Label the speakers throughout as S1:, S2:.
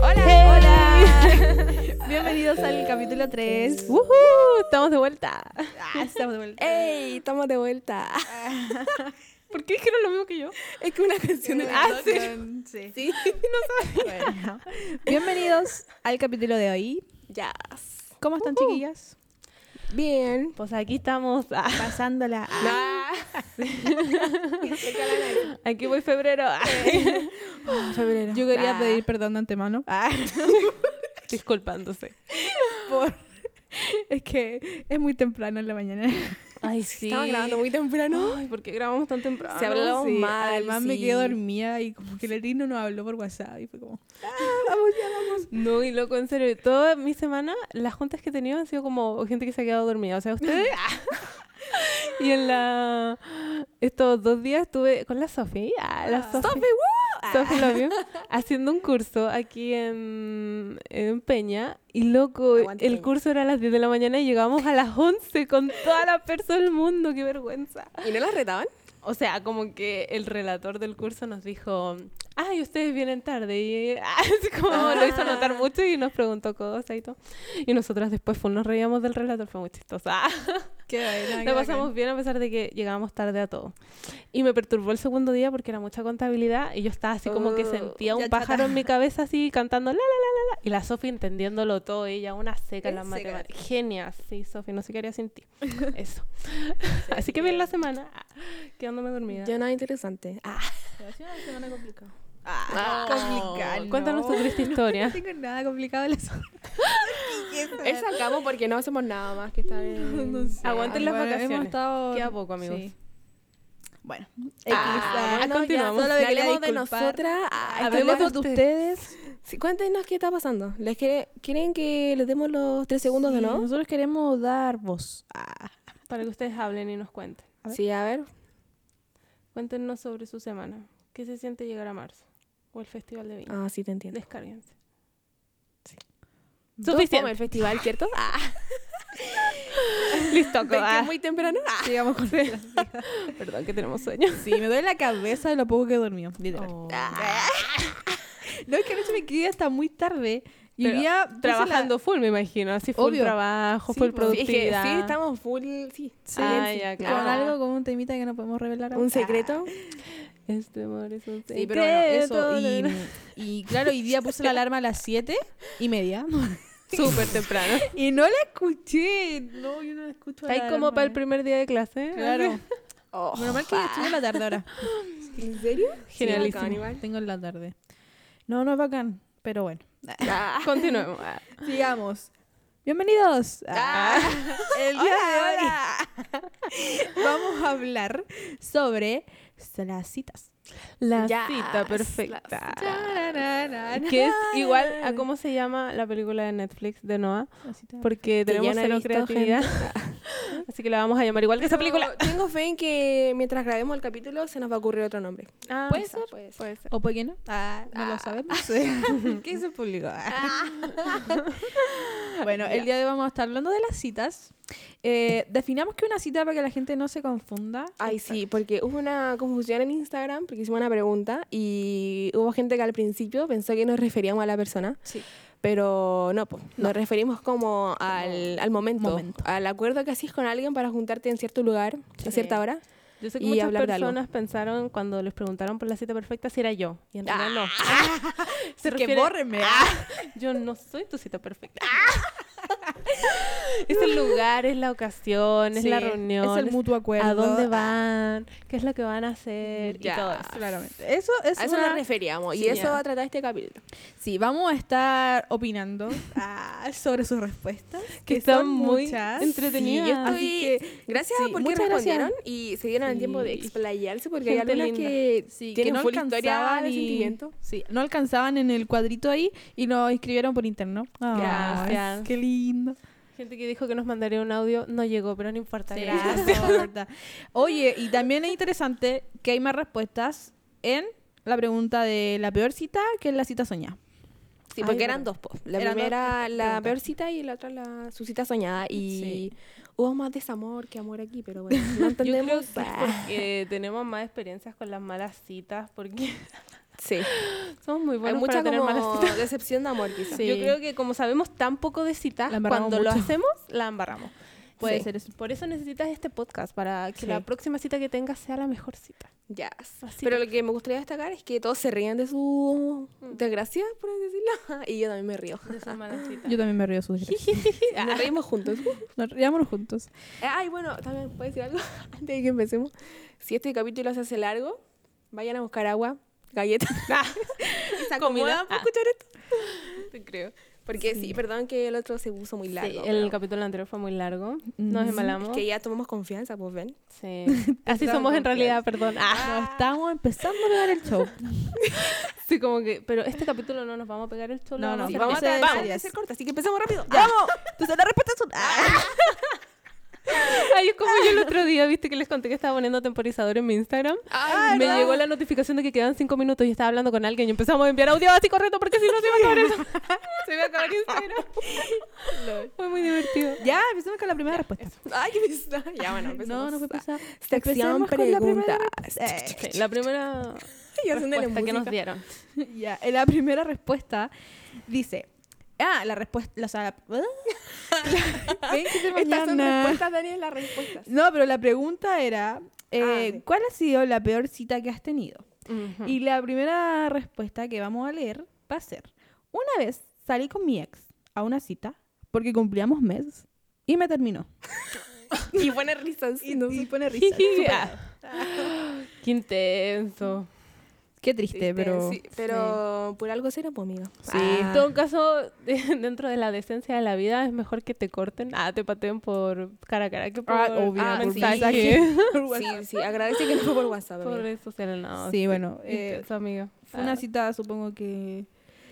S1: Hola,
S2: Hey.
S1: hola. Bienvenidos al capítulo 3.
S2: ¡Woohoo! Estamos de vuelta. Ah,
S1: estamos de vuelta.
S3: ¡Ey! Estamos de vuelta.
S2: ¿Por qué dijeron lo mismo que yo?
S3: Es que una canción de
S1: Ah, sí.
S3: Sí.
S1: Bueno. Bienvenidos al capítulo de hoy.
S3: Ya.
S1: ¿Cómo
S3: Uh.
S1: están, chiquillas?
S3: Bien.
S2: Pues aquí estamos. Ah,
S1: Pasándola.
S2: Aquí voy febrero. Ah,
S3: Febrero.
S1: Yo quería
S3: Ah.
S1: pedir perdón de antemano.
S2: Disculpándose.
S1: por- Es que es muy temprano en la mañana.
S2: Ay, sí.
S3: Estamos grabando muy temprano.
S2: Ay, ¿por qué grabamos tan temprano?
S3: Se habló. Hablamos mal,
S1: Además me
S3: sí.
S1: quedé dormida y como que el no nos habló por WhatsApp y fue como...
S2: No, y loco, en serio, toda mi semana las juntas que he tenido han sido como gente que se ha quedado dormida. O sea, ustedes. y en la. Estos dos días estuve con la Sofía. La Sofi.
S3: Sofi, woo. Ah.
S2: Sofi Lovio, haciendo un curso aquí en, en Peña. Y loco,
S3: Aguante
S2: el
S3: Peña.
S2: curso era a las 10 de la mañana y llegábamos a las 11 con todas las personas del mundo. ¡Qué vergüenza!
S3: ¿Y no las retaban?
S2: O sea, como que el relator del curso nos dijo, ay, ustedes vienen tarde. Y ah, así como lo hizo notar mucho y nos preguntó cosas y todo. Y nosotras después full nos reíamos del relator, fue muy chistosa.
S1: Ah, Qué bueno.
S2: Lo pasamos bien a pesar de que llegábamos tarde a todo. Y me perturbó el segundo día porque era mucha contabilidad y yo estaba así como que
S3: Oh,
S2: sentía un
S1: ya chata.
S2: pájaro en mi cabeza así cantando la la la la la. Y la Sofi entendiéndolo todo, ella una seca en
S3: Es
S2: las
S3: seca.
S2: matemáticas. Genia, sí, Sofi, no sé qué haría sin ti. Eso. así que bien la semana, ah, quedándome dormida.
S3: Yo nada interesante. Ah.
S1: semana complicada.
S3: Ah,
S1: complicado.
S2: Cuéntanos tu triste
S1: No
S2: historia.
S1: tengo nada complicado en la semana.
S3: Es sacamos porque no hacemos nada más que estar en...
S1: No sé.
S2: Aguanten las
S1: Bueno, Hemos
S2: vacaciones.
S1: estado...
S2: Queda poco, amigos.
S1: Sí. Bueno.
S3: Ah,
S1: X, ah,
S3: bueno, ya,
S2: continuamos.
S3: solo
S1: Solo me quería
S3: hablemos de
S1: disculpar.
S3: nosotras. Ah,
S1: Hablemos
S3: hablemos-
S1: de ustedes.
S3: Sí, cuéntenos qué está pasando. ¿Les quiere- ¿Quieren que les demos los tres segundos
S1: Sí,
S3: o no?
S1: Nosotros queremos dar voz. Ah.
S2: Para que ustedes hablen y nos cuenten.
S1: A ver.
S3: Sí, a ver.
S2: Cuéntenos sobre su semana. ¿Qué se siente llegar a marzo? O el Festival de Viña.
S3: Ah, sí, te entiendo.
S2: Descárguense.
S3: Suficiente. el festival, ¿cierto? Ah,
S2: Listo,
S3: ¿ven que
S2: ah.
S3: es muy temprano. Ah.
S1: Sigamos con
S2: Perdón, que tenemos sueño.
S1: Sí, me duele la cabeza de lo poco que he dormido. Literal. No, es que anoche me quedé hasta muy tarde. Y hoy
S2: Pero
S1: día puse
S2: Trabajando full, me imagino. Así full
S1: Obvio.
S2: trabajo,
S1: Sí,
S2: full
S1: pues.
S3: Ah, Sí, es que
S2: productividad.
S3: sí, estamos full. Sí,
S1: Sí,
S2: Ah, ya,
S1: la-
S2: claro.
S1: con algo, con un temita que no podemos revelar.
S3: un
S1: ahora. Ah,
S3: secreto.
S2: ah. Este amor es un
S1: Sí, pero bueno, eso.
S2: secreto.
S1: Y, y claro, hoy día puse la alarma a las 7 y media.
S2: Súper temprano.
S1: Y no la escuché. No, yo no la escucho. la
S2: Está ahí como
S1: alarma,
S2: para el
S1: eh.
S2: primer día de clase.
S1: Claro.
S3: Oh,
S1: Bueno, mal que yo estudio en la tarde ahora.
S3: ¿En serio?
S2: Genialísimo.
S3: bacán igual.
S1: Tengo en la tarde. No, no es bacán, pero bueno.
S3: Ah.
S2: Continuemos. Ah.
S1: Sigamos. Bienvenidos.
S3: Ah.
S1: El día de hoy vamos a hablar sobre las citas.
S2: La
S3: Ya,
S2: cita
S3: la
S2: perfecta.
S1: Charararara.
S2: Que es igual a cómo se llama la película de Netflix de Noah.
S1: La cita.
S2: Porque
S3: Que yo
S2: tenemos
S3: no he
S2: cero
S3: visto,
S2: creatividad. Así que la vamos a llamar igual que esa película.
S3: Pero Tengo fe en que mientras grabemos el capítulo se nos va a ocurrir otro nombre.
S2: Ah,
S1: ¿Puede
S2: quizá,
S1: ser?
S2: Puede ser.
S1: ¿O por qué no? Ah, no lo sabemos. ¿Qué hizo el público? Ah. bueno, el día de hoy vamos a estar hablando de las citas. Eh, definamos que una cita para que la gente no se confunda.
S3: Ay, sí, porque hubo una confusión en Instagram porque hicimos una pregunta y hubo gente que al principio pensó que nos referíamos a la persona,
S1: Sí.
S3: pero no, pues, nos referimos como al, al momento,
S1: Momento.
S3: al acuerdo que haces con alguien para juntarte en cierto lugar, a cierta hora.
S2: Yo sé que
S3: y
S2: muchas
S3: hablar de algo.
S2: personas pensaron cuando les preguntaron por la cita perfecta si era yo. Y en realidad no. Se
S1: Así que Ah,
S2: refiere-
S1: bórrenme.
S2: Yo no soy tu cita perfecta. Ah. es el lugar, es la ocasión, es la
S1: Sí,
S2: reunión.
S1: Es el mutuo acuerdo.
S2: ¿A dónde van? ¿Qué es lo que van a hacer?
S3: Ya.
S2: Y todo eso.
S1: Claramente. Ah, Eso es
S3: a eso
S1: una-
S3: nos referíamos
S1: Sí,
S3: y eso
S1: ya.
S3: va a tratar este capítulo.
S1: Sí, vamos a estar opinando ah, sobre sus respuestas.
S2: Que
S1: son
S2: están muy
S1: muchas.
S2: entretenidas.
S1: Sí, yo estoy-
S3: Así que gracias
S1: sí,
S3: porque
S1: muchas gracias.
S3: respondieron y se dieron el tiempo de
S2: Sí.
S3: explayarse porque hay
S2: Gente
S3: algunas
S2: linda.
S3: que
S1: sí, que
S3: tienen
S1: no
S3: full historia
S1: alcanzaban
S3: de
S1: y-
S3: sentimiento.
S1: Sí, no alcanzaban en el cuadrito ahí y nos inscribieron por interno. Ay,
S2: Gracias.
S1: Qué lindo.
S2: Gente que dijo que nos mandaría un audio, no llegó, pero no importa. gracias.
S1: Gracias. verdad. Oye, y también es interesante que hay más respuestas en la pregunta de la peor cita que es la cita soñada.
S3: Sí, porque
S1: Ay,
S3: eran dos,
S1: bueno.
S3: po. La
S1: Eran dos
S3: primera, la
S1: preguntas.
S3: peor cita y la otra, la, su cita soñada. Y
S1: Sí.
S3: hubo más desamor que amor aquí, pero bueno, no
S2: Yo creo
S3: entendemos. Ah.
S2: que es porque tenemos más experiencias con las malas citas, porque
S3: sí,
S2: somos muy
S3: hay
S2: buenos
S3: mucha
S2: para tener malas
S3: como
S2: citas.
S3: decepción de amor, quizás.
S1: Sí.
S2: Yo creo que como sabemos tan poco de citas,
S1: La embarramos
S2: cuando lo
S1: mucho.
S2: hacemos, la embarramos.
S1: Puede
S3: Sí.
S1: ser eso.
S2: Por eso necesitas este podcast, para que
S1: Sí.
S2: la próxima cita que tengas sea la mejor cita.
S3: Ya.
S2: Así
S3: Pero lo que Mm. me gustaría destacar es que todos se ríen de su desgracia, por así decirlo. Y yo también me río.
S2: De esas malas citas.
S1: Yo también me río de sus desgracias.
S3: Nos reímos juntos.
S1: Nos riámonos juntos.
S3: Eh, Ay, bueno, también puedo decir algo antes de que empecemos. Si este capítulo se hace largo, vayan a buscar agua, galletas. Ah, y se
S2: Comida.
S3: acomodan para escuchar esto. Te creo. Porque sí. perdón que el otro se puso muy largo.
S2: Sí, el
S3: pero
S2: capítulo anterior fue muy largo.
S1: Mm.
S2: Nos
S3: es
S2: embalamos.
S3: que ya tomamos confianza, pues ven.
S2: Sí. Así
S3: Entramos
S2: somos en
S3: confianza.
S2: realidad, perdón. Ah.
S1: Nos estamos empezando a pegar el show.
S2: Sí, como que, pero este capítulo no nos vamos a pegar el cholo.
S1: No, no,
S2: vamos
S3: Y
S2: a
S3: vamos a
S1: ese es
S3: tratar
S1: serias.
S3: de ser corta, así que empezamos rápido.
S1: ¡Vamos! Entonces la respuesta es un... ¡Ah!
S2: Ay, es como yo el otro día, viste que les conté que estaba poniendo temporizador en mi Instagram.
S3: Ay,
S2: me
S3: Ah, ¿verdad?
S2: llegó la notificación de que quedan cinco minutos y estaba hablando con alguien y empezamos a enviar audio así correcto porque si no se iba a acabar eso. se iba a acabar Instagram. Fue muy divertido.
S1: Ya, empecemos con la primera respuesta.
S3: Ay, qué pesada. Ya, bueno,
S2: No,
S3: empezamos.
S2: no fue pesado.
S3: Sección
S1: Empecemos con la primera
S3: preguntas.
S1: respuesta.
S2: Sí, la primera
S3: Y haciéndole
S2: respuesta que nos
S3: música.
S2: dieron.
S1: Ya, en la primera respuesta dice... Ah, la respuesta... la- O sea, la- Ven que te
S3: Estas son
S1: mañana.
S3: respuestas, Daniel, las respuestas.
S1: No, pero la pregunta era... eh,
S3: Ah, sí.
S1: ¿Cuál ha sido la peor cita que has tenido? Y la primera respuesta que vamos a leer va a ser, una vez salí con mi ex a una cita porque cumplíamos mes y me terminó.
S3: Y pone risas.
S1: Y, y pone risa. súper-
S2: Qué intenso.
S1: Qué triste,
S3: Triste,
S1: pero...
S3: sí, pero por algo será, pues, amiga.
S2: Sí, Ah. en todo caso, dentro de la decencia de la vida, es mejor que te corten, ah, te pateen por cara a cara que por
S1: Ah, obvio,
S3: ah,
S1: por
S3: sí.
S1: mensaje. Por WhatsApp.
S3: Sí, sí, agradece que no fue por WhatsApp.
S2: Por
S3: amiga.
S2: redes sociales, no.
S1: Sí, bueno, eh,
S2: intenso, amiga.
S1: Fue una
S2: Ah,
S1: cita, supongo que...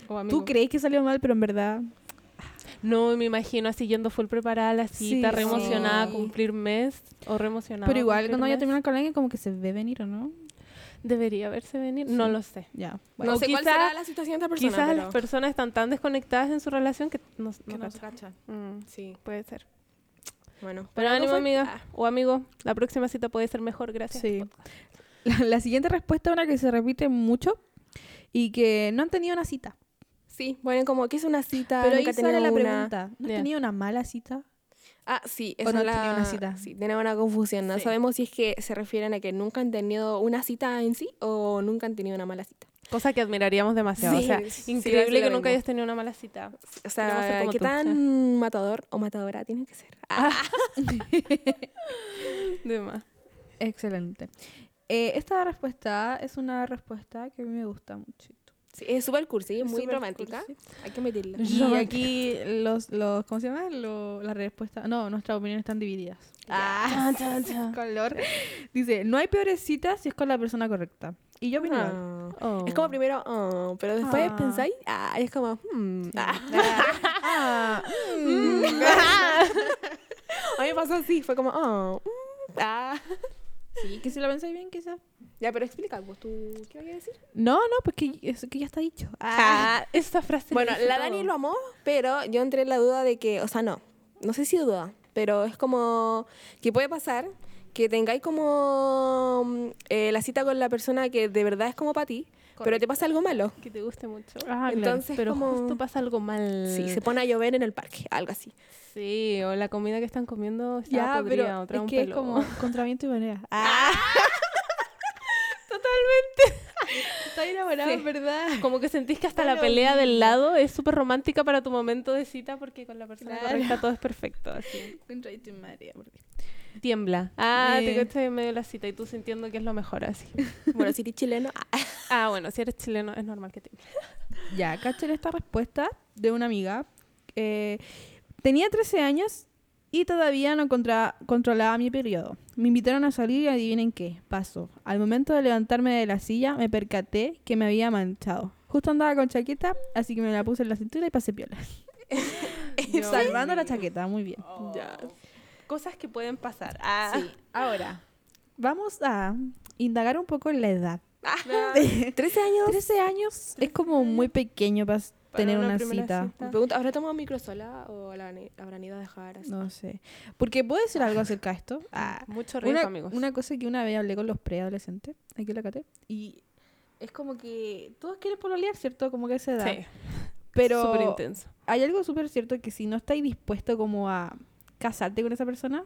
S2: o amigo.
S1: Tú crees que salió mal, pero en verdad...
S2: No, me imagino así yendo full preparada a la cita,
S1: Sí,
S2: re
S1: sí.
S2: emocionada, a cumplir mes o re emocionada. a
S1: pero igual,
S2: cumplir
S1: cuando ya
S2: mes.
S1: terminan con alguien, como que se ve venir, ¿o no?
S2: Debería haberse venir, no lo sé.
S1: Ya.
S3: no
S1: Bueno.
S3: sé cuál
S2: quizá-
S3: será la situación de esta persona.
S2: Quizás
S3: pero-
S2: las personas están tan desconectadas en su relación que no, no
S3: que no se cachan.
S2: cachan. Mm,
S3: Sí,
S2: puede ser.
S3: bueno.
S2: Pero
S3: algo
S2: ánimo,
S3: fue-
S2: amiga
S3: Ah,
S2: o amigo. La próxima cita puede ser mejor, gracias.
S1: Sí. La, la siguiente respuesta es una que se repite mucho y que no han tenido una cita.
S3: sí, bueno, como que es una cita.
S1: Pero
S3: Ah, nunca he
S1: ahí
S3: tenido
S1: sale la
S3: una.
S1: pregunta. ¿No has
S2: Ya.
S1: tenido una mala cita?
S3: Ah, sí,
S1: ¿O
S3: esa
S1: no
S3: es
S1: has tenido
S3: la...
S1: una cita?
S3: Sí, tenemos una confusión. No
S1: Sí.
S3: sabemos si es que se refieren a que nunca han tenido una cita en sí o nunca han tenido una mala cita.
S2: Cosa que admiraríamos demasiado. o
S3: Sí,
S2: sea,
S3: sí,
S2: increíble
S3: sí,
S2: que
S3: lo mismo.
S2: nunca hayas tenido una mala cita.
S3: O
S2: Queremos ser
S3: sea,
S2: como
S3: ¿qué
S2: tú,
S3: tan
S2: sí.
S3: matador o matadora tienen que ser? Ah,
S2: De más.
S1: Excelente. Eh, esta respuesta es una respuesta que a mí me gusta mucho.
S3: sí, es súper cursi, es
S1: Es
S3: muy
S1: súper
S3: romántica.
S1: cursi.
S3: Hay que meterla.
S1: Y aquí los, los ¿cómo se llama? Lo- la respuesta, no, nuestras opiniones están divididas.
S2: Ah, chan, chan.
S1: Color. Dice, no hay peores citas si es con la persona correcta. Y yo opino. igual.
S3: Ah.
S2: Oh.
S3: Es como primero, "Oh", pero después
S1: Ah.
S3: pensáis, ah, es como, "Hmm, ah".
S1: Ah,
S3: A mí me pasó así, fue como, "Oh, mm, ah".
S1: sí, que si lo pensáis bien, quizás.
S3: Ya, pero explica, pues tú, ¿qué voy a decir?
S1: No, no, pues que, es que ya está dicho. Ah.
S2: Ah, esta frase.
S3: Bueno,
S2: lo dice
S3: la
S2: todo.
S3: Dani lo amó, pero yo entré en la duda de que, o sea, no, no sé si duda, pero es como que puede pasar que tengáis como mm, eh, la cita con la persona que de verdad es como para ti, pero te pasa algo malo.
S2: Que te guste mucho.
S1: Ah, claro.
S3: Entonces,
S2: Pero
S3: como-
S2: justo pasa algo mal.
S1: Mm.
S3: Sí, se pone a llover en el parque, algo así.
S2: Sí, o la comida que están comiendo está
S1: Ya,
S2: podrida,
S1: pero
S2: otra
S1: es
S2: un
S1: que es
S2: pelo.
S1: como contra viento y manera. Ah. Totalmente. Está enamorado,
S2: Sí.
S1: ¿verdad?
S2: Como que sentís que hasta
S1: Da
S2: la
S1: lo
S2: pelea del lado es súper romántica para tu momento de cita porque con la persona
S1: Claro.
S2: correcta todo es perfecto. Así.
S1: Contra viento y marea, por Dios.
S2: Tiembla. Ah,
S1: Eh.
S2: te quedaste en medio de la cita y tú sintiendo que es lo mejor así.
S3: Bueno, si eres chileno, ah,
S2: Ah, bueno, si eres chileno es normal que tiemble.
S1: Ya, cachen esta respuesta de una amiga. Eh, tenía 13 años y todavía no contra- controlaba mi periodo. Me invitaron a salir y adivinen qué. Pasó. Al momento de levantarme de la silla, me percaté que me había manchado. Justo andaba con chaqueta, así que me la puse en la cintura y pasé piola. Salvando la chaqueta, muy bien.
S2: Oh.
S3: ya.
S2: Cosas que pueden pasar. Ah.
S1: Sí, ahora vamos a indagar un poco en la edad.
S3: Ah, 13 años.
S1: 13 años es como muy pequeño para
S3: Para
S1: tener una,
S3: primera
S1: cita.
S3: Me pregunto, ¿habrá tomado microsola o la han- habrán ido a dejar así?
S1: No sé. Porque puede ser algo acerca de esto. Ah,
S2: Mucho rico,
S1: una,
S2: amigos.
S1: una cosa que una vez hablé con los preadolescentes, aquí en la cate, y es como que todos quieren pololear, ¿cierto? Como que se da.
S2: sí,
S1: Pero
S2: súper intenso.
S1: hay algo súper cierto que si no estáis dispuesto como a casarte con esa persona,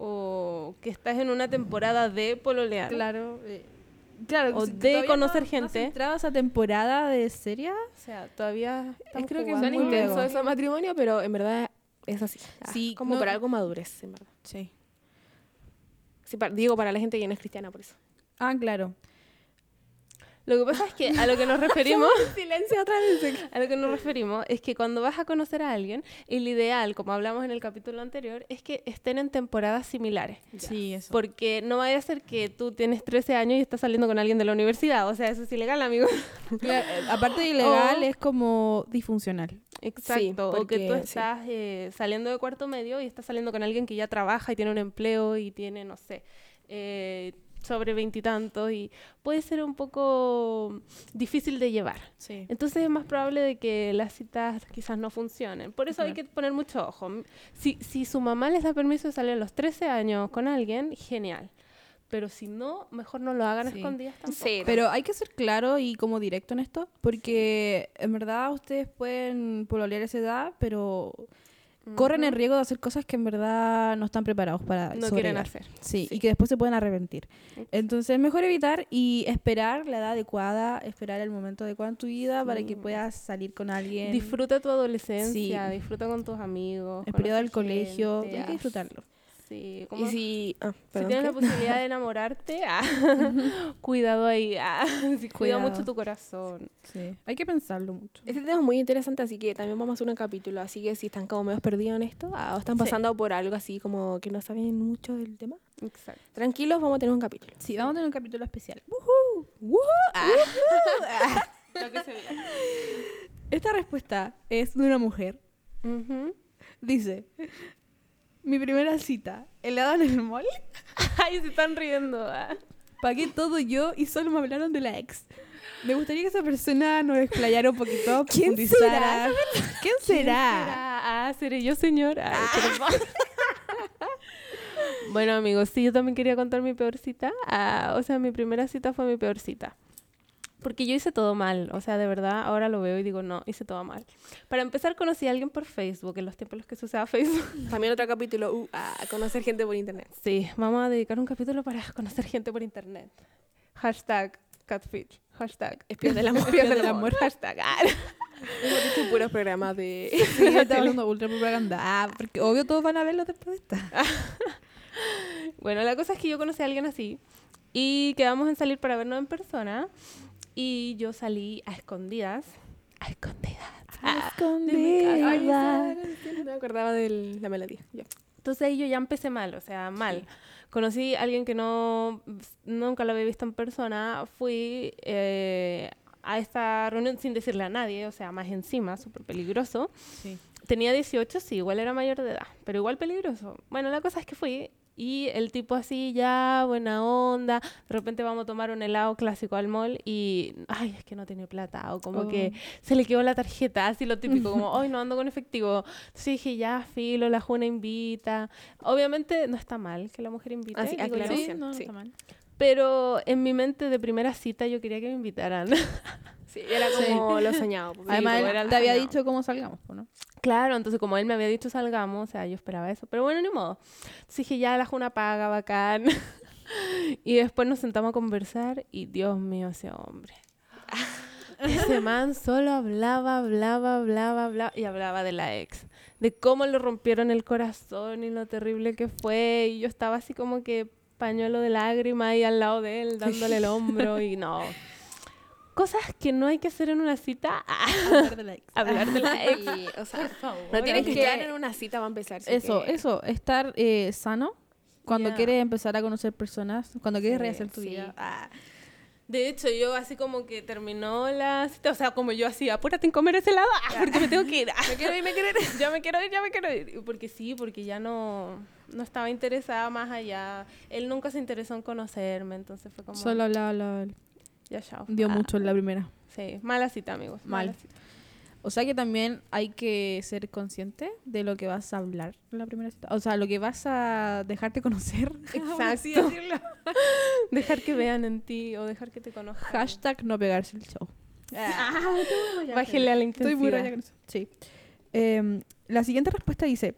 S2: O que estás en una temporada de pololear.
S1: claro. eh, claro,
S2: O
S1: si
S2: de
S1: todavía no-
S2: conocer
S1: no has
S2: gente.
S1: entrado a esa temporada de seria,
S2: O sea, todavía estamos
S1: creo que
S2: jugando.
S3: Tan
S1: muy
S3: intenso
S1: luego.
S3: ese matrimonio, pero en verdad es así. Ah,
S1: Sí,
S3: como
S1: no-
S3: para algo madurez, en verdad.
S1: sí.
S3: Sí, pa- digo para la gente que no es cristiana, por eso.
S1: Ah, claro.
S2: Lo que pasa es que a lo que nos referimos,
S3: Silencio otra vez.
S2: a lo que nos referimos es que cuando vas a conocer a alguien, el ideal, como hablamos en el capítulo anterior, es que estén en temporadas similares.
S1: Sí, eso.
S2: Porque no vaya a ser que tú tienes 13 años y estás saliendo con alguien de la universidad. O sea, eso es ilegal, amigos.
S1: Claro, eh, aparte de ilegal,
S2: O-
S1: es como disfuncional.
S2: Exacto. o que tú
S3: porque- sí.
S2: estás eh, saliendo de cuarto medio y estás saliendo con alguien que ya trabaja y tiene un empleo y tiene, no sé, eh, sobre veintitantos y puede ser un poco difícil de llevar.
S1: Sí.
S2: Entonces es más probable de que las citas quizás no funcionen. Por eso hay que
S1: Claro.
S2: poner mucho ojo. M- Si, si su mamá les da permiso de salir a los 13 años con alguien, genial. Pero si no, mejor no lo hagan a
S1: Sí.
S2: escondidas tampoco.
S3: Cero.
S1: Pero hay que ser claro y como directo en esto, porque en verdad ustedes pueden pololear a esa edad, pero corren el riesgo de hacer cosas que en verdad no están preparados para
S2: No quieren
S1: sobrellevar.
S2: hacer.
S1: Sí, y que después se pueden arrepentir. Entonces es mejor evitar y esperar la edad adecuada, esperar el momento adecuado en tu vida para que puedas salir con alguien.
S2: Disfruta tu adolescencia, disfruta con tus amigos.
S1: el periodo del
S2: conocer
S1: colegio,
S2: gente.
S1: hay que disfrutarlo.
S2: Sí, como-
S3: Y si... Ah,
S2: si
S3: perdón,
S2: tienes la
S3: ¿qué?
S2: posibilidad de enamorarte, ah, cuidado ahí. ah, sí, cuida
S1: Cuidado.
S2: mucho tu corazón.
S1: Sí, hay que pensarlo mucho.
S3: Este tema es muy interesante, así que también vamos a hacer un capítulo. Así que si están como medio perdidos en esto, ah, o están
S2: Sí.
S3: pasando por algo así como que no saben mucho del tema,
S2: Exacto.
S3: tranquilos, vamos a tener un capítulo.
S1: Sí, vamos a tener un capítulo especial. Esta respuesta es de una mujer.
S2: Ujú.
S1: Dice, mi primera cita, helado en el mall.
S2: Ay, se están riendo. ah.
S1: Pagué todo yo y solo me hablaron de la ex. Me gustaría que esa persona nos explayara un poquito.
S3: ¿Quién
S1: profundizara. ¿Quién
S2: ¿Quién
S1: será?
S2: será? Ah, seré yo, señora. bueno, amigos, sí, yo también quería contar mi peor cita. Ah, o sea, mi primera cita fue mi peor cita. Porque yo hice todo mal. O sea, de verdad, ahora lo veo y digo, no, hice todo mal. Para empezar, conocí a alguien por Facebook, en los tiempos en los que se usaba Facebook.
S3: También otro capítulo, uh, a conocer gente por internet.
S2: Sí, vamos a dedicar un capítulo para conocer gente por internet. Hashtag catfish. Hashtag
S3: Espías del amor.
S2: espías del amor. Hashtag. ah.
S3: Hemos visto puros programas de...
S1: Sí, está hablando ultra propaganda. Ah, porque obvio todos van a verlo después de esta.
S2: Bueno, la cosa es que yo conocí a alguien así y quedamos en salir para vernos en persona y yo salí a escondidas. A escondidas. Ah, de mi casa.
S3: Ay, esa era- no me acordaba de la melodía. Ya.
S2: Entonces ahí yo ya empecé mal, o sea, mal. Conocí a alguien que no nunca lo había visto en persona. Fui eh, a esta reunión sin decirle a nadie, o sea, más encima, súper peligroso.
S1: Sí.
S2: Tenía 18, sí, igual era mayor de edad, pero igual peligroso. Bueno, la cosa es que fui y el tipo así ya, buena onda, de repente vamos a tomar un helado clásico al mall y, ay, es que no tenía plata, o como
S1: Oh.
S2: que se le quedó la tarjeta, así lo típico, como, hoy no ando con efectivo. Entonces dije, ya, filo, la Juna invita. Obviamente no está mal que la mujer invite,
S3: Ah, sí,
S2: digo yo,
S3: aclaración.
S1: no, no
S3: Sí.
S1: está mal.
S2: pero en mi mente de primera cita yo quería que me invitaran.
S3: Sí, era
S1: Sí.
S3: como lo soñado. pues.
S1: Además,
S2: Sí,
S1: él
S2: era el
S1: te había
S2: soñado.
S1: dicho cómo salgamos, po, ¿no?
S2: Claro, entonces como él me había dicho salgamos, o sea, yo esperaba eso. Pero bueno, ni modo. Entonces dije, ya la Juna paga, bacán. y después nos sentamos a conversar y Dios mío, ese hombre. Ese man solo hablaba, hablaba, hablaba, hablaba y hablaba de la ex, de cómo le rompieron el corazón y lo terrible que fue. Y yo estaba así como que pañuelo de lágrima ahí al lado de él, dándole el hombro y no. Cosas que no hay que hacer en una cita,
S1: Hablar de la ex.
S2: hablar de la ex.
S3: Sí, o sea,
S2: Ahora
S3: no tienes que
S2: sí.
S3: estar en una cita va a empezar. así
S1: Eso,
S3: que-
S1: eso, estar eh, sano cuando
S2: Ya.
S1: quieres empezar a conocer personas, cuando quieres
S2: Sí,
S1: rehacer tu
S2: sí.
S1: vida. Ah,
S2: De hecho, yo así como que terminó la cita, o sea, como yo así, apúrate en comer ese helado, ah, porque me tengo que ir. me quiero ir, me quiero ir. Ya me quiero ir, ya me quiero ir. Y Porque sí, porque ya no, no estaba interesada más allá. Él nunca se interesó en conocerme, entonces fue como...
S1: Solo hablaba, hablaba,
S2: Ya, chao.
S1: dio
S2: Ah,
S1: mucho en la primera.
S2: Sí, mala cita, amigos.
S1: Mal.
S2: mala cita.
S1: O sea que también hay que ser consciente de lo que vas a hablar en la primera cita. O sea, lo que vas a dejarte conocer. por así
S2: Exacto.
S1: decirlo.
S2: Dejar que vean en ti o dejar que te conozcan.
S1: Hashtag no pegarse el show.
S2: Ah, Bájele a la intensidad.
S1: Estoy muy raya con eso. Sí. Em, la siguiente respuesta dice: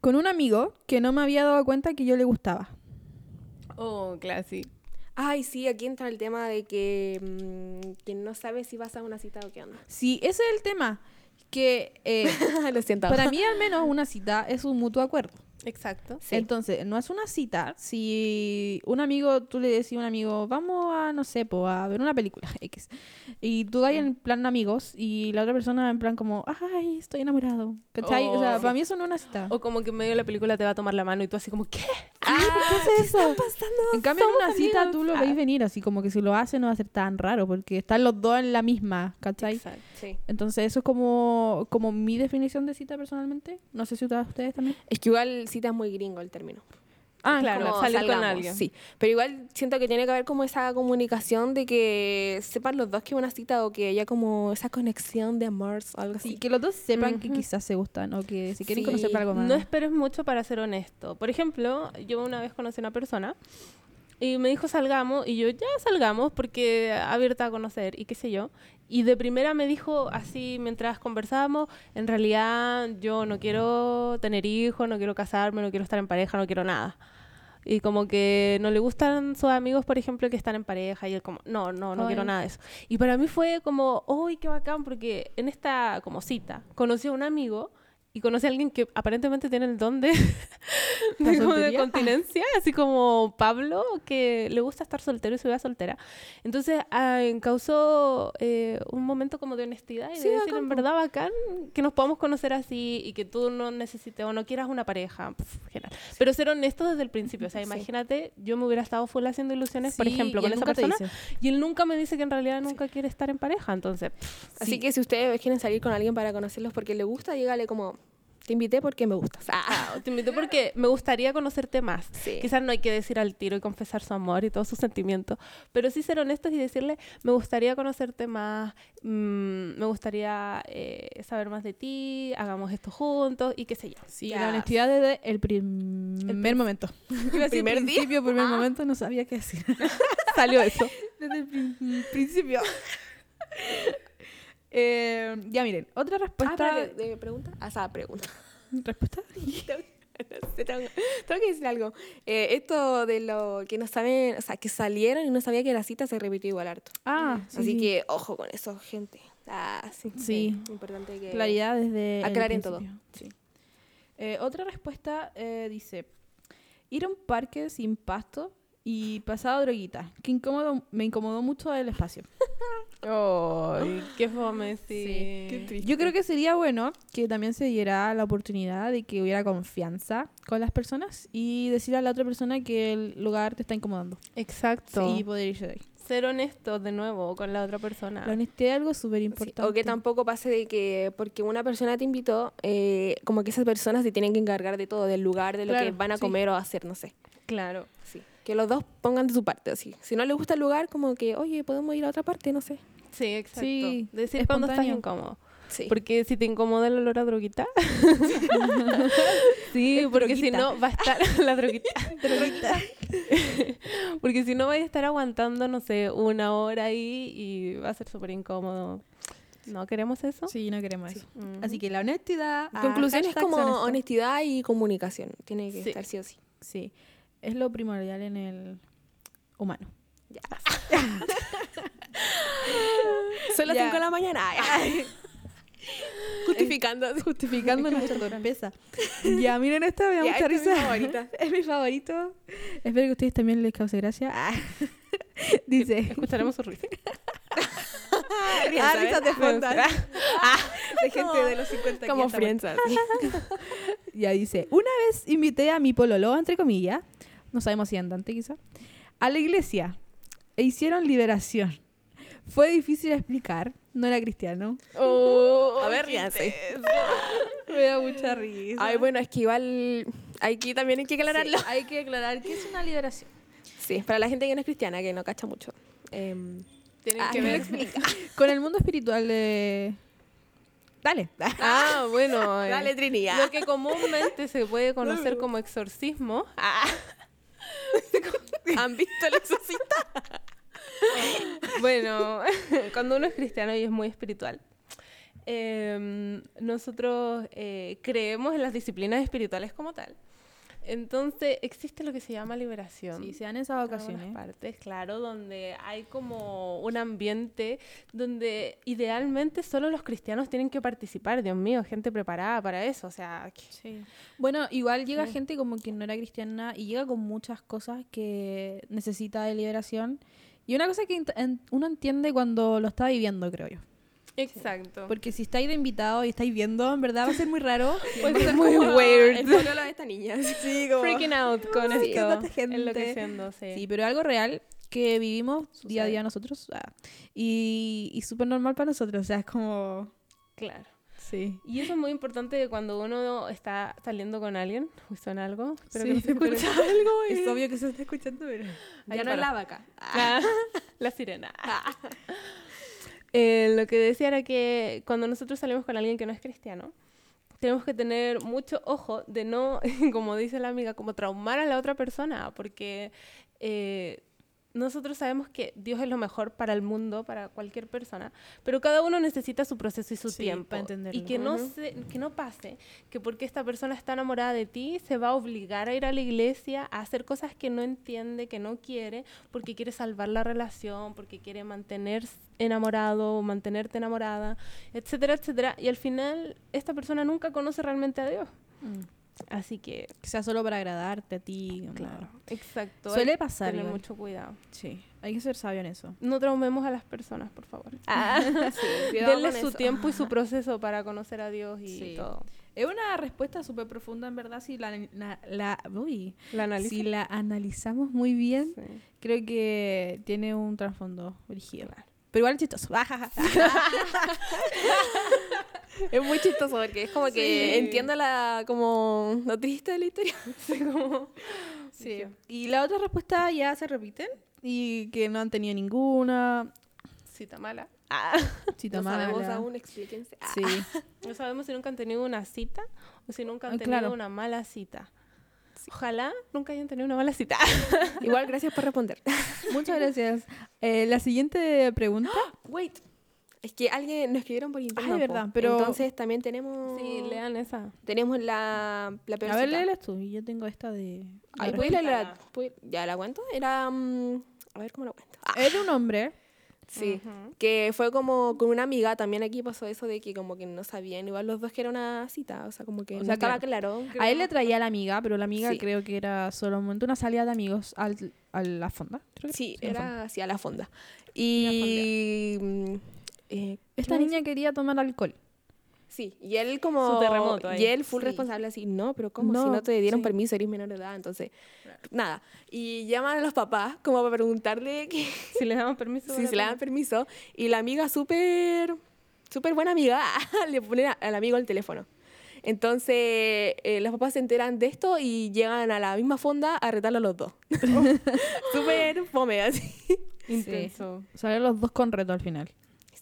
S1: Con un amigo que no me había dado cuenta que yo le gustaba.
S2: Oh, clásico.
S3: Ay, sí, aquí entra el tema de que, mm, que no sabes si vas a una cita o qué onda.
S1: Sí, ese es el tema. Que eh,
S3: Lo siento.
S1: para mí, al menos, una cita es un mutuo acuerdo.
S2: Exacto.
S1: Entonces, no es una cita. Si un amigo, tú le decís a un amigo, vamos a, no sé, po, a ver una película X. Y tú vas en plan amigos y la otra persona en plan como, ay, estoy enamorado. ¿Cachai? o sea,
S2: Oh.
S1: para mí eso no es una cita. Ah,
S2: O como que en medio de la película te va a tomar la mano y tú así como, ¿qué?
S1: ¿Qué es eso? En cambio, en una cita tú lo
S2: Ah.
S1: veis venir así, como que si lo hace no va a ser tan raro, porque están los dos en la misma, ¿cachai?
S2: Exacto.
S3: Sí.
S1: Entonces, eso es como, como mi definición de cita personalmente. No sé si ustedes ustedes también.
S3: Es que igual cita es muy gringo el término.
S1: Ah,
S2: claro.
S3: Como
S2: salir con
S3: salgamos,
S2: alguien.
S3: Sí, pero igual siento que tiene que haber como esa comunicación de que sepan los dos que es una cita o que haya como esa conexión de amor o algo así.
S1: Sí, que los dos sepan que
S2: Ujú.
S1: quizás se gustan o que si quieren
S3: Sí,
S1: conocer para algo más.
S2: No esperes mucho para ser honesto. Por ejemplo, yo una vez conocí a una persona y me dijo salgamos y yo ya salgamos porque abierta a conocer y qué sé yo. Y de primera me dijo así mientras conversábamos, en realidad yo no quiero tener hijos, no quiero casarme, no quiero estar en pareja, no quiero nada. Y como que no le gustan sus amigos, por ejemplo, que están en pareja y él como, no, no, no
S1: Ay.
S2: quiero nada de eso. Y para mí fue como, uy, qué bacán, porque en esta como cita conocí a un amigo y conocí a alguien que aparentemente tiene el don de,
S1: ¿La
S2: de, como de
S1: soltería?
S2: continencia, así como Pablo, que le gusta estar soltero y se vea soltera. Entonces ah, causó eh, un momento como de honestidad y
S1: Sí,
S2: de decir,
S1: bacán,
S2: en
S1: po.
S2: verdad, bacán, que nos podamos conocer así y que tú no necesites o no quieras una pareja, pf, general. Pero ser honesto desde el principio, o sea,
S3: Sí.
S2: imagínate, yo me hubiera estado full haciendo ilusiones, por
S1: Sí,
S2: ejemplo,
S1: y
S2: con
S1: él
S2: esa
S1: nunca te
S2: persona,
S1: dice.
S2: y él nunca me dice que en realidad nunca quiere estar en pareja, entonces...
S3: Así
S1: Sí.
S3: que si ustedes quieren salir con alguien para conocerlos porque les gusta, dígale como, te invité porque me gustas. Ah,
S2: Te invito porque me gustaría conocerte más.
S3: Sí.
S2: Quizás no hay que decir al tiro y confesar su amor y todos sus sentimientos, pero sí ser honestos y decirle, me gustaría conocerte más, mm, me gustaría eh, saber más de ti, hagamos esto juntos y qué sé yo.
S1: Sí,
S3: Ya.
S1: la honestidad desde el primer momento. El
S3: primer día.
S1: principio, primer Ah. momento, no sabía qué decir.
S2: Salió eso.
S1: Desde el prin- principio. Eh, ya miren, otra
S3: Ah,
S1: respuesta.
S3: espérate, ¿de pregunta? Ah, esa pregunta.
S1: ¿Respuesta?
S3: No sé, tengo, tengo que decir algo. Eh, esto de lo que no saben, o sea, que salieron y no sabía que la cita se repitió igual harto.
S1: Ah, sí.
S3: Así
S1: sí.
S3: que ojo con eso, gente. Ah, sí.
S1: Sí.
S3: Eh, importante que...
S1: Claridad desde. el
S3: Aclaren todo.
S1: principio. Sí. Eh, otra respuesta eh, dice: Ir a un parque sin pasto y pasado droguita, que incómodo, me incomodó mucho el espacio.
S2: Ay, qué fome, sí.
S1: Sí, Yo creo que sería bueno que también se diera la oportunidad de que hubiera confianza con las personas y decir a la otra persona que el lugar te está incomodando
S2: Exacto.
S1: y poder irse de ahí.
S2: Ser honesto de nuevo con la otra persona.
S1: La honestidad es algo súper
S3: Ah. Sí,
S1: importante.
S3: O que tampoco pase de que porque una persona te invitó, eh, como que esas personas se tienen que encargar de todo, del lugar, de lo que
S1: Claro,
S3: van a
S1: sí.
S3: comer o hacer, no sé.
S2: Claro.
S3: Sí. Que los dos pongan de su parte, así. Si no les gusta el lugar, como que, oye, podemos ir a otra parte, no sé.
S2: Sí, exacto.
S1: Sí,
S2: Decir cuando estás
S1: espontáneo.
S2: incómodo.
S3: Sí.
S2: Porque si te incomoda el olor a droguita. sí,
S1: Es
S2: porque si
S1: droguita.
S2: no va a estar la droguita. porque si no va a estar aguantando, no sé, una hora ahí y va a ser súper incómodo. ¿No queremos eso?
S1: Sí, no queremos eso.
S2: Mm.
S1: Así que la honestidad. ah,
S3: Conclusión es
S1: hashtag
S3: como
S1: honesto.
S3: honestidad y comunicación. Tiene que
S2: Sí.
S3: estar sí o sí.
S1: Sí, es lo primordial en el humano.
S3: Son las
S1: Ya.
S3: 5 de la mañana. Ay, Justificando.
S1: Justificando nuestra torpeza. ya, miren esta, me da
S3: Ya,
S1: mucha
S3: esta es mi
S1: risa.
S3: favorita.
S1: Es mi favorito. Espero que a ustedes también les cause gracia. Ah. Dice.
S2: Escucharemos su risa.
S1: Ah, risas de fondo. Ah,
S3: de gente de los 50 Como
S1: está
S3: frienzas.
S1: Ya dice, una vez invité a mi pololo, entre comillas, no sabemos si andante quizá, a la iglesia e hicieron liberación. Fue difícil explicar, no era cristiano.
S3: a ver, ríanse.
S1: Me da mucha risa.
S3: Ay, bueno, es que igual aquí también hay que aclararlo.
S1: hay que aclarar que es una liberación.
S3: Sí, para la gente que no es cristiana, que no cacha mucho. Em,
S2: Tienen
S3: ah,
S2: que
S3: ¿quién
S2: ver.
S3: lo explica?
S1: Con el mundo espiritual de, Dale.
S2: Ah, bueno. eh,
S3: Dale, Trinidad.
S2: Lo que comúnmente se puede conocer como exorcismo.
S3: Ah. ¿Han visto el exorcista?
S2: Bueno, cuando uno es cristiano y es muy espiritual, eh, nosotros eh, creemos en las disciplinas espirituales como tal. Entonces existe lo que se llama liberación.
S1: Sí, se dan esas
S2: en algunas
S1: ocasiones.
S2: partes, claro, donde hay como un ambiente donde idealmente solo los cristianos tienen que participar. Dios mío, gente preparada para eso. O sea, que-
S1: Bueno, igual llega gente como que no era cristiana y llega con muchas cosas que necesita de liberación. Y una cosa que ent- en- uno entiende cuando lo está viviendo, creo yo.
S2: exacto.
S1: Porque si estáis de invitado y estáis viendo, en verdad va a ser muy raro.
S2: Puede ser muy weird.
S3: El pololo de esta niña. Sí, como...
S2: Freaking out con
S1: Sí,
S2: esto.
S1: tanta gente.
S2: Enloqueciendo, sí.
S1: Sí, pero algo real que vivimos día a
S2: Sucede.
S1: día nosotros. ah, y y súper normal para nosotros. O sea, es como...
S2: Claro.
S1: Sí.
S2: Y eso es muy importante cuando uno está saliendo con alguien. Uy, suena algo. Espero que no
S1: Sí,
S2: se escuche. eh.
S1: escucha algo. Es obvio que se está escuchando, pero...
S2: Ahí
S1: Ya no
S2: para.
S1: es la vaca.
S2: La, la sirena. Eh, lo que decía era que cuando nosotros salimos con alguien que no es cristiano, tenemos que tener mucho ojo de no, como dice la amiga, como traumar a la otra persona, porque eh, nosotros sabemos que Dios es lo mejor para el mundo, para cualquier persona, pero cada uno necesita su proceso y su
S1: Sí,
S2: tiempo.
S1: para entenderlo.
S2: Y que no,
S3: Ujú.
S2: se- que no pase que porque esta persona está enamorada de ti, se va a obligar a ir a la iglesia, a hacer cosas que no entiende, que no quiere, porque quiere salvar la relación, porque quiere mantener enamorado o mantenerte enamorada, etcétera, etcétera. Y al final, esta persona nunca conoce realmente a Dios.
S1: Mm.
S2: Así que,
S1: Que sea solo para agradarte a ti. como-
S2: exacto.
S1: Suele
S2: hay que
S1: pasar
S2: Tener
S1: igual.
S2: mucho cuidado.
S1: Sí. Hay que ser sabio en eso.
S2: No traumemos a las personas, por favor.
S3: cuidado
S2: Ah, Denle
S3: con
S2: su
S3: eso.
S2: tiempo y su proceso para conocer a Dios y
S1: Sí.
S2: todo.
S1: Es una respuesta súper profunda, en verdad, si la, la, la- uy,
S2: La analiza.
S1: si la analizamos muy bien,
S2: Sí.
S1: creo que tiene un trasfondo original. Pero igual es chistoso.
S3: Es muy chistoso porque es como que
S2: Sí.
S3: entiendo la, como, lo triste de la historia. Así como...
S1: sí. Y la otra respuesta ya se repiten y que no han tenido ninguna.
S2: Cita mala.
S1: Cita
S3: No sabemos
S1: mala.
S3: aún, explíquense. Ah.
S1: Sí.
S2: No sabemos si nunca han tenido una cita o si nunca han
S1: Ah,
S2: tenido
S1: claro.
S2: una mala cita. Ojalá nunca hayan tenido una mala cita.
S3: Igual, gracias por responder.
S1: Muchas gracias. Eh, la siguiente pregunta.
S3: Wait. Es que alguien nos escribieron por interno.
S1: Ay,
S3: po.
S1: verdad, pero-
S3: Entonces también tenemos...
S2: Sí, lean esa.
S3: Tenemos la, la peor
S1: A ver,
S3: cita.
S1: léelas tú. y Yo tengo esta de...
S3: Ay,
S1: la
S3: ¿puedes leer la-
S2: respuesta.
S3: puede- ¿Ya la cuento? Era... mm, a ver cómo la cuento. Ah,
S1: Era un hombre.
S3: sí. Que fue como con una amiga, también aquí pasó eso de que como que no sabían, igual los dos que era una cita, o sea, como que
S1: O
S3: no
S1: sea, Ah,
S3: estaba claro.
S1: A él le traía a la amiga, pero la amiga
S3: Sí.
S1: creo que era solo un momento una salida de amigos al, a la fonda. creo que
S3: Sí,
S1: a la fonda.
S3: era así a la fonda. Y... mm, eh,
S1: Esta niña quería tomar alcohol.
S3: Sí, y él como...
S2: Su terremoto ahí.
S3: Y él full
S1: Sí.
S3: responsable así, no, pero ¿cómo? si
S1: No,
S3: no te dieron
S1: sí.
S3: permiso, eres menor de edad, entonces... Nada. Y llaman a los papás como para preguntarle que...
S2: Si les damos permiso.
S3: Sí,
S2: ahora
S3: se le dan permiso. Y la amiga súper, súper buena amiga, le pone a- al amigo el teléfono. Entonces, eh, los papás se enteran de esto y llegan a la misma fonda a retarlo a los dos. súper fome, así.
S2: toma. Intenso.
S1: Salieron los dos con reto al final.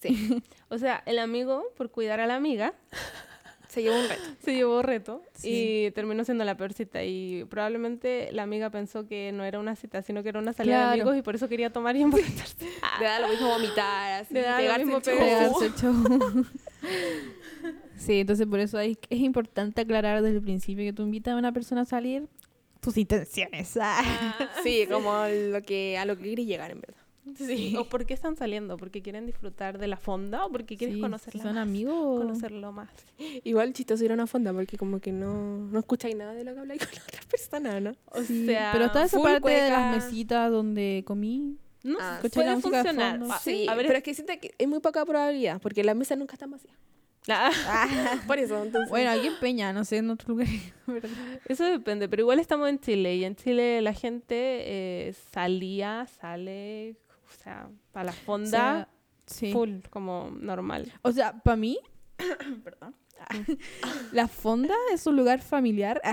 S3: Sí,
S2: O sea, el amigo, por cuidar a la amiga,
S3: se llevó un reto.
S2: se llevó reto
S1: Sí.
S2: y terminó siendo la peor cita. Y probablemente la amiga pensó que no era una cita, sino que era una salida
S1: Claro.
S2: de amigos y por eso quería tomar y emborracharse.
S3: Le da lo mismo vomitar, así,
S2: Le da lo
S3: pegarse
S2: mismo
S3: el show.
S2: pegarse.
S1: Pegarse el show. sí, entonces por eso hay- es importante aclarar desde el principio que tú invitas a una persona a salir tus intenciones. ah.
S3: Sí, como lo que, a lo que quieres llegar, en verdad.
S2: Sí. ¿O por qué están saliendo? ¿Porque quieren disfrutar de la fonda o porque quieres
S1: Sí,
S2: conocerla
S1: si son
S2: más?
S1: amigos.
S2: Conocerlo más.
S3: Igual chistoso ir a una fonda porque como que no, no escucháis nada de lo que habláis con otras personas, ¿no?
S2: O
S1: Sí,
S2: sea,
S1: pero está esa
S2: full
S1: parte de
S2: cueca.
S1: las mesitas donde comí.
S2: No
S3: Ah,
S2: sé,
S1: escuché la
S2: puede
S1: música de
S2: funcionar.
S1: fondo.
S2: Ah,
S3: Sí,
S2: a ver,
S3: pero es que siento que es muy poca probabilidad porque las mesas nunca están vacías.
S2: ah,
S3: Por eso, entonces.
S1: Bueno, aquí en Peña, no sé, en otro lugar.
S2: eso depende, pero igual estamos en Chile y en Chile la gente eh, salía, sale, o sea, para la fonda
S1: sí.
S2: full, como normal.
S1: O sea, para mí, perdón, La fonda es un lugar familiar ah,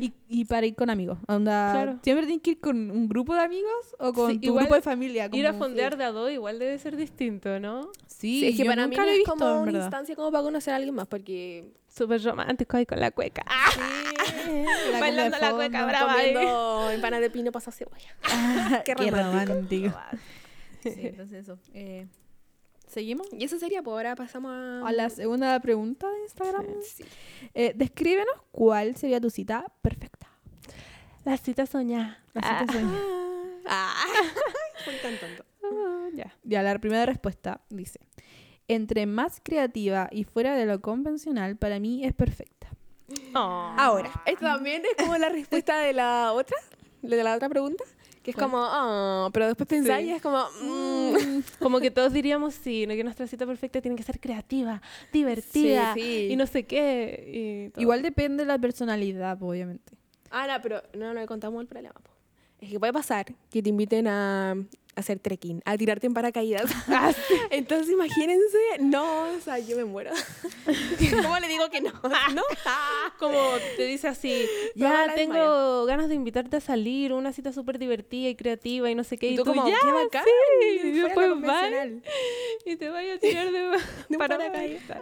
S1: y, y para ir con amigos. Onda,
S2: Claro.
S1: Siempre tienes que ir con un grupo de amigos o con
S2: Sí,
S1: tu
S2: igual
S1: grupo de familia.
S2: Ir a
S1: como-
S2: fondear de a dos igual debe ser distinto, ¿no?
S1: Sí,
S3: Sí, es que
S1: yo
S3: para mí
S1: nunca
S3: no
S1: lo he
S3: es
S1: visto,
S3: como
S1: en
S3: una
S1: verdad.
S3: instancia como para conocer a alguien más, porque
S2: Súper romántico ahí con la cueca.
S3: sí,
S1: La
S2: Bailando
S1: cumbia de
S2: la
S1: fondo,
S2: cueca brava ¿eh? ahí.
S3: comiendo empanadas de pino pasa cebolla.
S1: Ah, Qué
S3: Qué Ah,
S1: romántico. Sí, entonces eso. Eh, ¿Seguimos?
S3: Y eso sería, pues ahora pasamos a...
S1: A la segunda pregunta de Instagram.
S3: Um, Sí.
S1: Eh, descríbenos cuál sería tu cita perfecta.
S2: La cita soñada.
S1: La cita soñada.
S3: Ah, fue tan tonto.
S2: uh, ya.
S1: Ya, la primera respuesta dice: Entre más creativa y fuera de lo convencional, para mí es perfecta.
S2: Oh.
S3: Ah. Ahora, esto también es como la respuesta de la otra, de la otra pregunta, que es
S1: ¿Cuál?
S3: como, ah, pero después pensáis y es como, mm,
S2: Como que todos diríamos sí, ¿no? que nuestra cita perfecta tiene que ser creativa, divertida
S3: Sí, sí.
S2: y no sé qué. y todo.
S1: Igual depende de la personalidad, obviamente.
S3: ah, no, pero no, no le contamos el problema. po. Es que puede pasar que te inviten a, a hacer trekking, a tirarte en paracaídas. Entonces, imagínense, no, o sea, yo me muero. ¿Cómo le digo que no? Ah. ¿No?
S2: como te dice así,
S3: Toda
S2: ya
S3: la
S2: tengo
S3: desmaya.
S2: ganas de invitarte a salir, una cita súper divertida y creativa y no sé qué.
S3: Y tú como,
S2: ya,
S3: qué bacán,
S2: sí.
S3: fuera
S2: Y
S3: de lo
S2: después vas
S3: convencional.
S2: y te vayas a tirar de,
S3: un
S2: para
S3: paracaídas.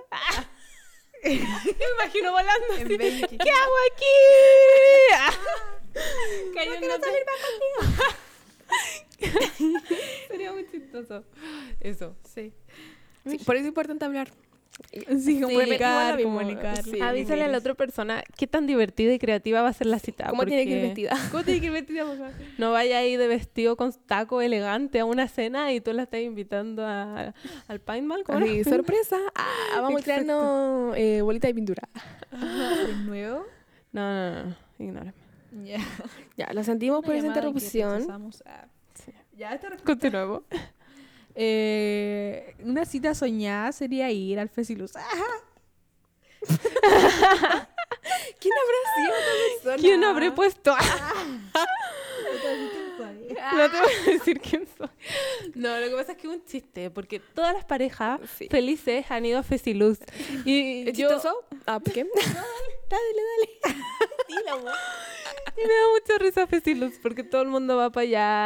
S2: Me imagino volando
S1: En
S2: así,
S1: Benji.
S2: ¿qué hago aquí? Ah. Cayéndote. Sería muy chistoso. Eso. Sí.
S3: Sí, por eso es importante hablar.
S1: Sí, comunicar,
S3: igual lo mismo.
S1: comunicar.
S3: Sí.
S2: Avísale a la otra persona qué tan divertida y creativa va a ser la cita.
S3: Ah, ¿Cómo tiene que ir
S2: porque
S3: vestida?
S1: ¿Cómo te que vestida, por favor?
S2: No vaya ahí de vestido con taco elegante a una cena y tú la estás invitando a- al paintball. ¿cómo era?
S3: Así, sorpresa. Ah, vamos a tirarnos eh, bolita de pintura.
S1: Ah, De nuevo.
S2: No, no, no, no, ignórame.
S1: Ya.
S3: Ya, lo sentimos por esa interrupción.
S1: ah, Ya, esta respuesta.
S2: Continuamos.
S1: Eh, una cita soñada sería ir al Fesilus. Ajá.
S3: ¿Quién habrá sido esta persona?
S2: ¿Quién habré puesto? ah,
S3: Ah.
S2: No te voy a decir quién soy. No, lo que pasa es que es un chiste, porque todas las parejas
S3: Sí.
S2: felices han ido a Fesiluz. Y
S3: ¿Es
S2: yo,
S3: chistoso? Ah, ¿qué? dale, dale. Dilo,
S2: y me da mucha risa Fesiluz, porque todo el mundo va para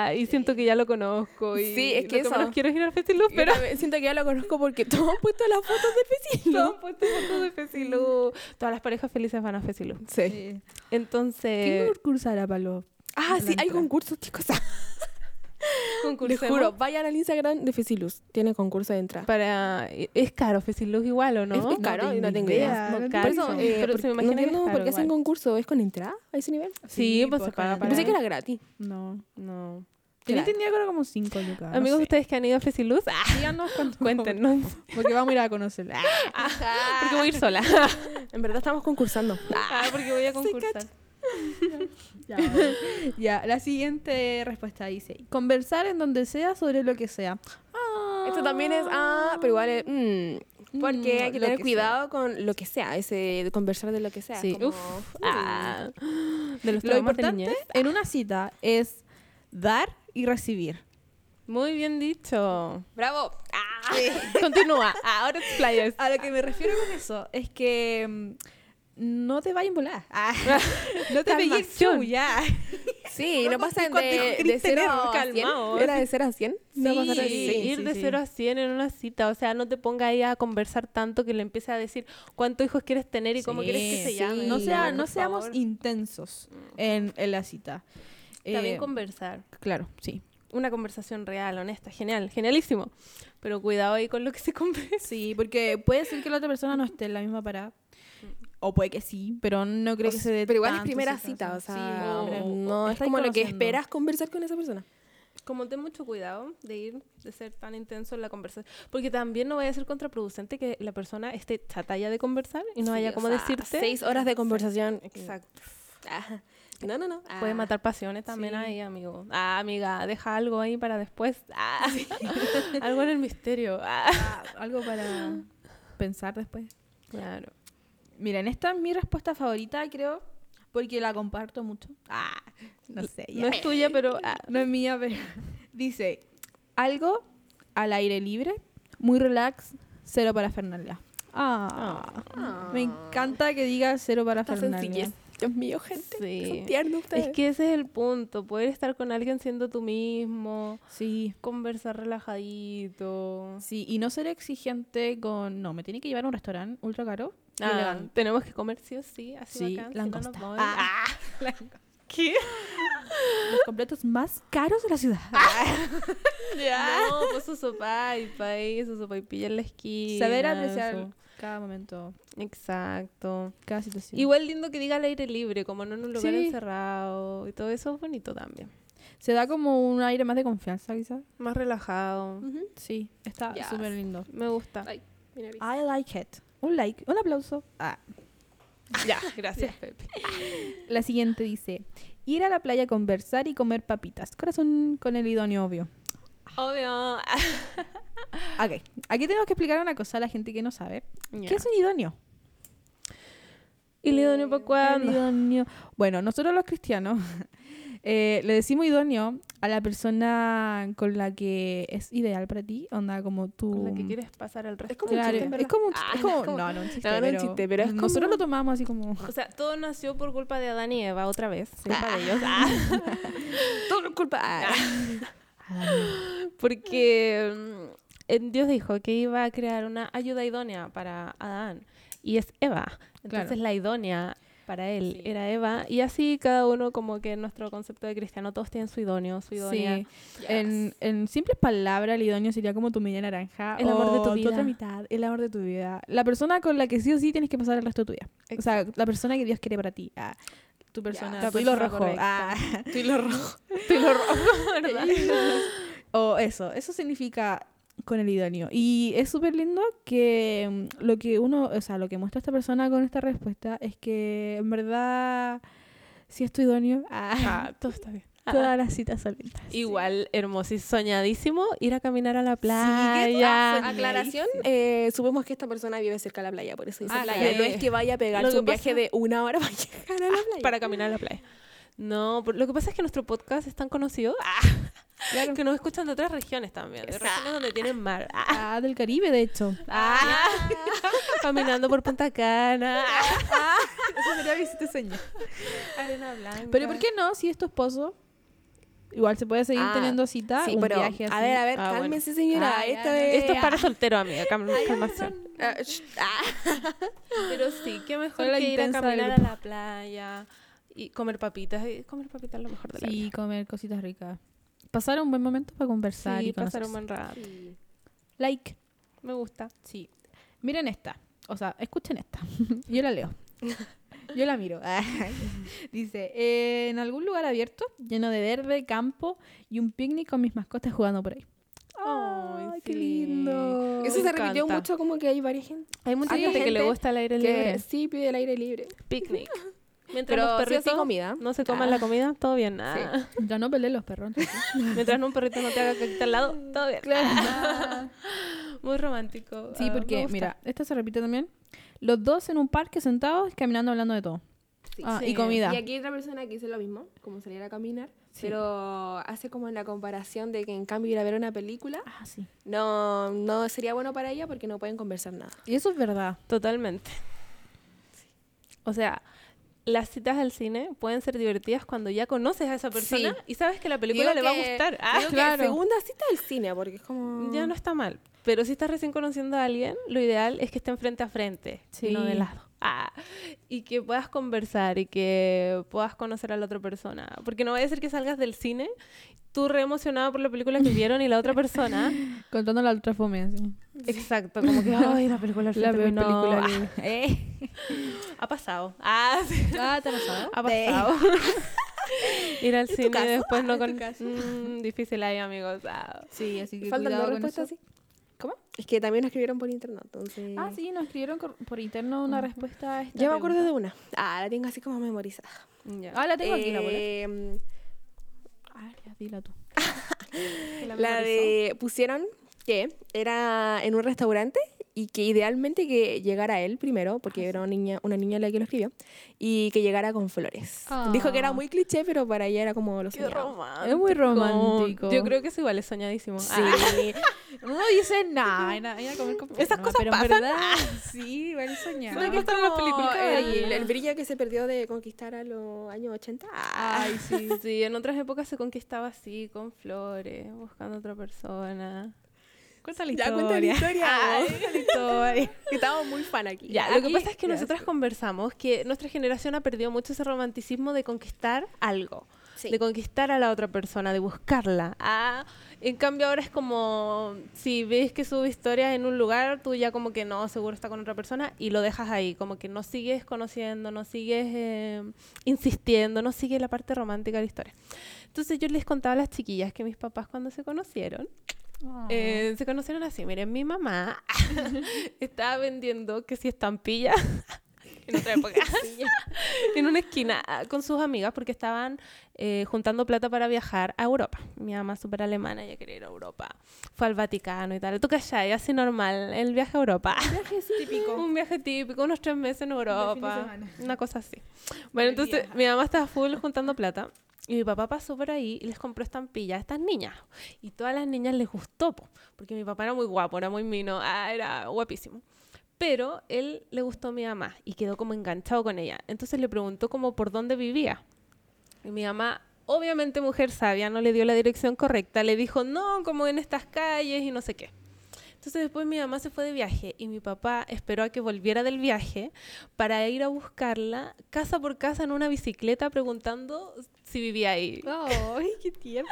S2: allá y siento que ya lo conozco. Y
S3: Sí, es que
S2: lo
S3: eso.
S2: menos quiero es ir a Fesiluz,
S3: Pero
S2: pero...
S3: siento que ya lo conozco porque todos han puesto las fotos del
S2: Todos
S3: vecino.
S2: han puesto fotos pues, de Fesiluz. Todas las parejas felices van a Fesiluz.
S3: Sí.
S1: Sí. eh, ¿Qué
S2: Entonces,
S1: concurso hará, Palo?
S3: Ah, sí, hay concursos, chicos. Les
S2: concursemos
S3: juro, vayan al Instagram de Fesilus. Tiene concurso de entrada.
S2: para... e, ¿Es caro Fesiluz igual o no?
S3: Es, es caro,
S1: tengo
S3: no tengo
S1: idea.
S3: idea.
S1: No,
S3: No,
S1: caro,
S3: por eso,
S1: sí.
S3: eh,
S2: Pero
S3: porque
S2: se me
S3: no
S2: imagina que es
S3: entiendo por
S2: caro
S3: qué hacen
S2: igual.
S3: concurso. ¿Es con entrada a ese nivel?
S2: Sí, pues, se paga para-
S3: Pensé que era gratis.
S1: No.
S2: No.
S1: Yo
S3: Claro.
S1: entendía que era como 5 lucas.
S2: Amigos,
S1: no sé.
S2: ustedes que han ido a Fesiluz, ¡ah!
S1: díganos cuánto-
S2: cuéntenos. Ah.
S1: Porque vamos a ir a conocerla.
S2: Porque voy a ir sola.
S3: En verdad estamos concursando.
S2: Ah, porque voy a concursar.
S1: Ya, ya, la siguiente respuesta dice: conversar en donde sea sobre lo que sea. Ah.
S3: Esto también es, ah, pero igual es, mm, porque
S1: Mm,
S3: hay que
S1: lo
S3: tener
S1: que
S3: cuidado con lo que sea, ese de conversar de lo que sea.
S2: Sí.
S3: como- mm.
S2: Uf. Ah. De los
S1: Lo
S2: traumas de
S1: importante
S2: niñez.
S1: en una cita es dar y recibir.
S2: Muy bien dicho.
S3: ¡Bravo! Ah.
S2: Continúa. Ah, Ahora explayas.
S1: A lo que me refiero con eso es que mm, no te vayas a volar. no te pegues
S2: Calmación.
S1: ya.
S3: Sí, no pasan de,
S1: cuando dijo
S3: de
S1: Cristian,
S3: 0
S1: no,
S3: a 100.
S2: calmao.
S3: ¿Era de 0 a 100? No
S2: Sí,
S3: pasaron-
S2: ir
S1: sí,
S2: de
S1: sí.
S2: 0 a 100 en una cita. O sea, no te ponga ahí a conversar tanto que le empiece a decir cuántos hijos quieres tener y cómo
S1: Sí,
S2: quieres que se
S3: sí.
S2: llame.
S1: No, sea,
S3: por
S1: no seamos intensos en, en la cita.
S2: Está bien
S1: Eh,
S2: conversar.
S1: claro, sí.
S2: Una conversación real, honesta, genial, genialísimo. Pero cuidado ahí con lo que se conversa.
S1: Sí, porque puede ser que la otra persona no esté en la misma parada. O puede que sí, pero no creo
S3: O
S1: que
S3: sea,
S1: se dé
S3: pero igual es
S1: tanto
S3: primera
S1: ese
S3: cita, o
S1: caso.
S3: sea,
S1: Sí, hombre.
S3: no es
S1: Estáis
S3: como lo que
S1: conociendo.
S3: esperas conversar con esa persona.
S2: Como ten mucho cuidado de ir, de ser tan intenso en la conversación. Porque también no vaya a ser contraproducente que la persona esté chata ya de conversar y no haya
S3: Sí, o
S2: como
S3: sea,
S2: decirte.
S3: Seis horas de conversación.
S2: Exacto.
S3: Ah, No, no, no. Ah.
S2: Puede matar pasiones también
S1: Sí.
S2: ahí, amigo. Ah, amiga, deja algo ahí para después. Ah, algo en el misterio. Ah.
S1: Ah, algo para pensar después.
S2: Claro.
S1: Miren, esta es mi respuesta favorita, creo, porque la comparto mucho. Ah, no sé. ya.
S2: No es tuya, pero ah,
S1: No es mía, pero dice algo al aire libre, muy relax, cero para Fernanda. Ah, Me encanta que diga cero para
S3: Esta sencillez. Dios mío, gente.
S2: Sí.
S3: Son tiernos ustedes.
S2: Es que ese es el punto, poder estar con alguien siendo tú mismo,
S1: Sí.
S2: conversar relajadito.
S1: Sí, y no ser exigente con, no, me tiene que llevar a un restaurante ultra caro. y
S2: Ah,
S1: elegante.
S2: tenemos que comer sí o sí, así
S1: Sí,
S2: bacán, si no nos
S1: langosta.
S2: vamos.
S1: Ah.
S2: ¿Qué?
S1: Los completos más caros de la ciudad.
S2: No, pues su sopa y país, su sopa y pilla en la esquina.
S1: Saber apreciar
S2: su-
S1: cada momento,
S2: Exacto.
S1: cada situación.
S2: Igual lindo que diga al aire libre, como no en un lugar
S1: Sí.
S2: encerrado y todo eso es bonito también.
S1: se da como un aire más de confianza, quizás.
S2: Más relajado.
S1: Sí, está
S2: Yes.
S1: súper lindo.
S2: Me gusta.
S3: Ay, mira, vi.
S1: I like it. Un like, un aplauso. Ah.
S2: Ya, gracias, Pepe.
S1: La siguiente dice, ir a la playa a conversar y comer papitas. Corazón con el idóneo obvio.
S2: Obvio.
S1: Ok, aquí tenemos que explicar una cosa a la gente que no sabe. ¿Qué es un idóneo?
S2: ¿Y le doy para
S1: El
S2: cuándo?
S1: idóneo. Bueno, nosotros los cristianos eh, le decimos idóneo a la persona con la que es ideal para ti, onda como tú.
S2: Con la que quieres pasar al resto.
S3: Es como un
S1: Claro,
S3: chiste, en
S1: es
S3: verdad.
S1: como un
S3: Ah,
S1: es como-
S3: no, es como-
S1: no, no un chiste,
S3: no, no es un
S1: pero,
S3: chiste, pero es
S1: nosotros
S3: como-
S1: lo tomamos así como
S2: O sea, todo nació por culpa de Adán y Eva otra vez. Culpa de ellos.
S3: Todo es culpa. Ah.
S2: Porque mm, eh, Dios dijo que iba a crear una ayuda idónea para Adán y es Eva. Entonces
S1: Claro.
S2: la idónea para él
S3: Sí.
S2: era Eva y así cada uno como que en nuestro concepto de cristiano todos tienen su idóneo, su idónea.
S1: Sí. En, en simples palabras, el idóneo sería como tu media naranja.
S2: El amor de tu
S1: o
S2: vida.
S1: otra mitad, el amor de tu vida. La persona con la que sí o sí tienes que pasar el resto de tu vida. O sea, la persona que Dios quiere para ti. Ah, tu persona.
S2: La
S1: tu hilo
S2: persona
S1: rojo.
S2: correcta.
S1: Ah.
S3: Tu hilo rojo.
S2: ¿Verdad?
S1: o eso. Eso significa con el idóneo. Y es súper lindo que mm, lo que uno, o sea, lo que muestra esta persona con esta respuesta es que en verdad, si es tu idóneo, ah,
S2: Ah, todo está bien.
S1: todas las citas son lindas.
S2: Igual hermoso y soñadísimo ir a caminar a la
S3: Ah,
S2: playa.
S3: Aclaración, eh, supimos que esta persona vive cerca de la playa, por eso dice
S2: Ah,
S3: playa.
S2: sí.
S3: No es que vaya a
S2: Lo
S3: pegarse
S2: que
S3: un viaje
S2: pasa-
S3: de una hora para llegar a la playa.
S2: Ah, para caminar a la playa. No, por- lo que pasa es que nuestro podcast es tan conocido
S1: Claro.
S2: que nos escuchan de otras regiones también, de regiones donde tienen mar. Ah.
S1: Ah, del Caribe, de hecho.
S3: Ah.
S1: Ah.
S2: Caminando por Punta Cana.
S1: Eso sería visita señor.
S2: Arena blanca.
S1: Pero ¿por qué no? Si es tu esposo, igual se puede seguir
S3: Ah,
S1: teniendo cita,
S3: Sí,
S1: un
S3: pero,
S1: viaje así.
S3: a ver, a ver,
S2: Ah, bueno.
S3: cálmese, señora.
S1: Ah, ya,
S3: Esto
S1: ya.
S3: es...
S2: Esto es para soltero, amiga. calma- calmación.
S3: Ah, sh- ah.
S2: Pero sí, qué mejor
S1: Soy la
S2: que ir a
S1: intensa del
S2: caminar a
S1: grupo.
S2: la playa y comer papitas. Eh, Comer papitas es lo mejor de la
S1: Sí,
S2: vida.
S1: comer cositas ricas. Pasar un buen momento para conversar
S2: Sí,
S1: y
S2: pasar
S1: conocerse.
S2: un buen rato.
S1: Like.
S2: Me gusta.
S1: Sí. Miren esta. O sea, escuchen esta. Yo la leo. Yo la miro. Dice, eh, en algún lugar abierto, lleno de verde, campo y un picnic con mis mascotas jugando por ahí.
S2: Ay,
S1: qué
S2: sí.
S1: lindo!
S3: Eso
S2: Me
S3: se repitió
S2: encanta.
S3: mucho como que hay varias gente
S2: Hay mucha
S3: Hay
S2: gente que le
S3: gente
S2: gusta el aire libre.
S3: que sí pide el aire libre. Ah,
S2: Picnic. Mientras
S3: Pero sí
S2: los
S3: o sí
S2: perritos
S3: comida.
S2: no se coman la comida, todo bien. Ah.
S1: Ya no peleé los perros.
S2: Mientras un perrito no te haga caquita al lado, todo bien.
S1: Claro.
S2: Muy romántico.
S1: Sí,
S2: Ah, me
S1: porque,
S2: gusta.
S1: mira, esta se repite también. Los dos en un parque sentados, caminando, hablando de todo.
S3: Sí.
S1: Ah,
S2: Sí.
S1: Y comida.
S3: Y aquí hay otra persona que dice lo mismo, como salir a caminar, pero hace como la comparación de que en cambio ir a ver una película
S1: Ah, sí.
S3: no, no sería bueno para ella porque no pueden conversar nada.
S1: Y eso es verdad.
S2: Totalmente. O sea, las citas al cine pueden ser divertidas cuando ya conoces a esa persona
S3: Sí.
S2: y sabes que la película le
S3: Digo
S2: va a
S3: que-
S2: gustar. Ah,
S3: digo que Segunda cita al cine, porque es como...
S2: Ya no está mal. Pero si estás recién conociendo a alguien, lo ideal es que estén frente a frente, y no de
S1: Sí.
S2: lado. Ah, y que puedas conversar y que puedas conocer a la otra persona. Porque no vaya a ser que salgas del cine tú re emocionada por la película que vieron y la otra persona.
S1: Contando la otra fome, así.
S2: Exacto, como que, ay, la película al fin
S1: La peor
S2: terminó".
S1: película.
S2: Ah,
S1: que- Eh.
S2: ha pasado. Ah, sí.
S1: Ah, ¿te ha pasado?
S2: Ha pasado. Ir al cine
S3: caso?
S2: y después no
S3: ¿Es tu
S2: con...
S3: caso?
S2: Mm, difícil ahí, amigos. Ah.
S1: Sí, así que
S3: Faltan
S1: cuidado
S3: dos
S1: con
S3: respuestas
S1: eso.
S3: así.
S1: ¿Cómo?
S3: Es que también nos escribieron por internet, entonces...
S1: Ah, sí, nos escribieron cor- por interno una respuesta a esta
S3: Yo me acuerdo
S1: pregunta.
S3: de una. Ah, la tengo así como memorizada.
S2: Ya.
S1: Ah, la tengo aquí, la bola.
S3: Eh,
S1: Ah, ya, dila tú.
S3: La de pusieron que era en un restaurante y que idealmente que llegara él primero,
S2: Ah,
S3: porque era una niña, una niña la que lo escribió, y que llegara con flores.
S1: Ah.
S3: Dijo que era muy cliché, pero para ella era como lo soñaba.
S2: romántico.
S1: Es muy romántico.
S2: Yo creo que eso igual es soñadísimo.
S3: Sí.
S2: Ah,
S1: No dice nada, era- era comer con
S2: Esas
S1: pierna,
S2: cosas
S1: pero en
S2: pasan.
S1: verdad, sí, igual soñaba.
S2: Siento que están en las películas. Ah.
S3: El, el brillo que se perdió de conquistar a los años 80.
S2: Ay, sí, sí. En otras épocas se conquistaba así, con flores, buscando a otra persona.
S1: Cuenta la
S3: Ya
S1: historia.
S3: cuenta la historia.
S1: Ay,
S3: vos.
S1: cuenta la historia.
S3: Estamos muy fan aquí.
S2: Ya, lo que
S1: Aquí-
S2: pasa es que
S1: ya,
S2: nosotras conversamos que nuestra generación ha perdido mucho ese romanticismo de conquistar algo,
S3: Sí.
S2: de conquistar a la otra persona, de buscarla. Ah, en cambio ahora es como si ves que sube historias en un lugar, tú ya como que no, seguro está con otra persona y lo dejas ahí, como que no sigues conociendo, no sigues eh, insistiendo, no sigues la parte romántica de la historia. Entonces yo les contaba a las chiquillas que mis papás cuando se conocieron, eh, se conocieron así, miren, mi mamá estaba vendiendo que si estampillas en otra época, en una esquina ah, con sus amigas porque estaban eh, juntando plata para viajar a Europa. Mi mamá súper alemana, ella quería ir a Europa. Fue al Vaticano y tal. Tú callás, así normal, el viaje a Europa. Un viaje típico, unos tres meses en Europa.
S1: semana.
S2: Una cosa así. Bueno, entonces mi mamá estaba full juntando plata. Y mi papá pasó por ahí y les compró estampillas a estas niñas. Y todas las niñas les gustó, po, porque mi papá era muy guapo, era muy mino, ah, era guapísimo. Pero él le gustó a mi mamá y quedó como enganchado con ella. Entonces le preguntó como por dónde vivía. Y mi mamá, obviamente mujer sabia, no le dio la dirección correcta, le dijo, no, como en estas calles y no sé qué. Entonces después mi mamá se fue de viaje y mi papá esperó a que volviera del viaje para ir a buscarla casa por casa en una bicicleta preguntando si vivía ahí.
S1: Ay, qué tierno.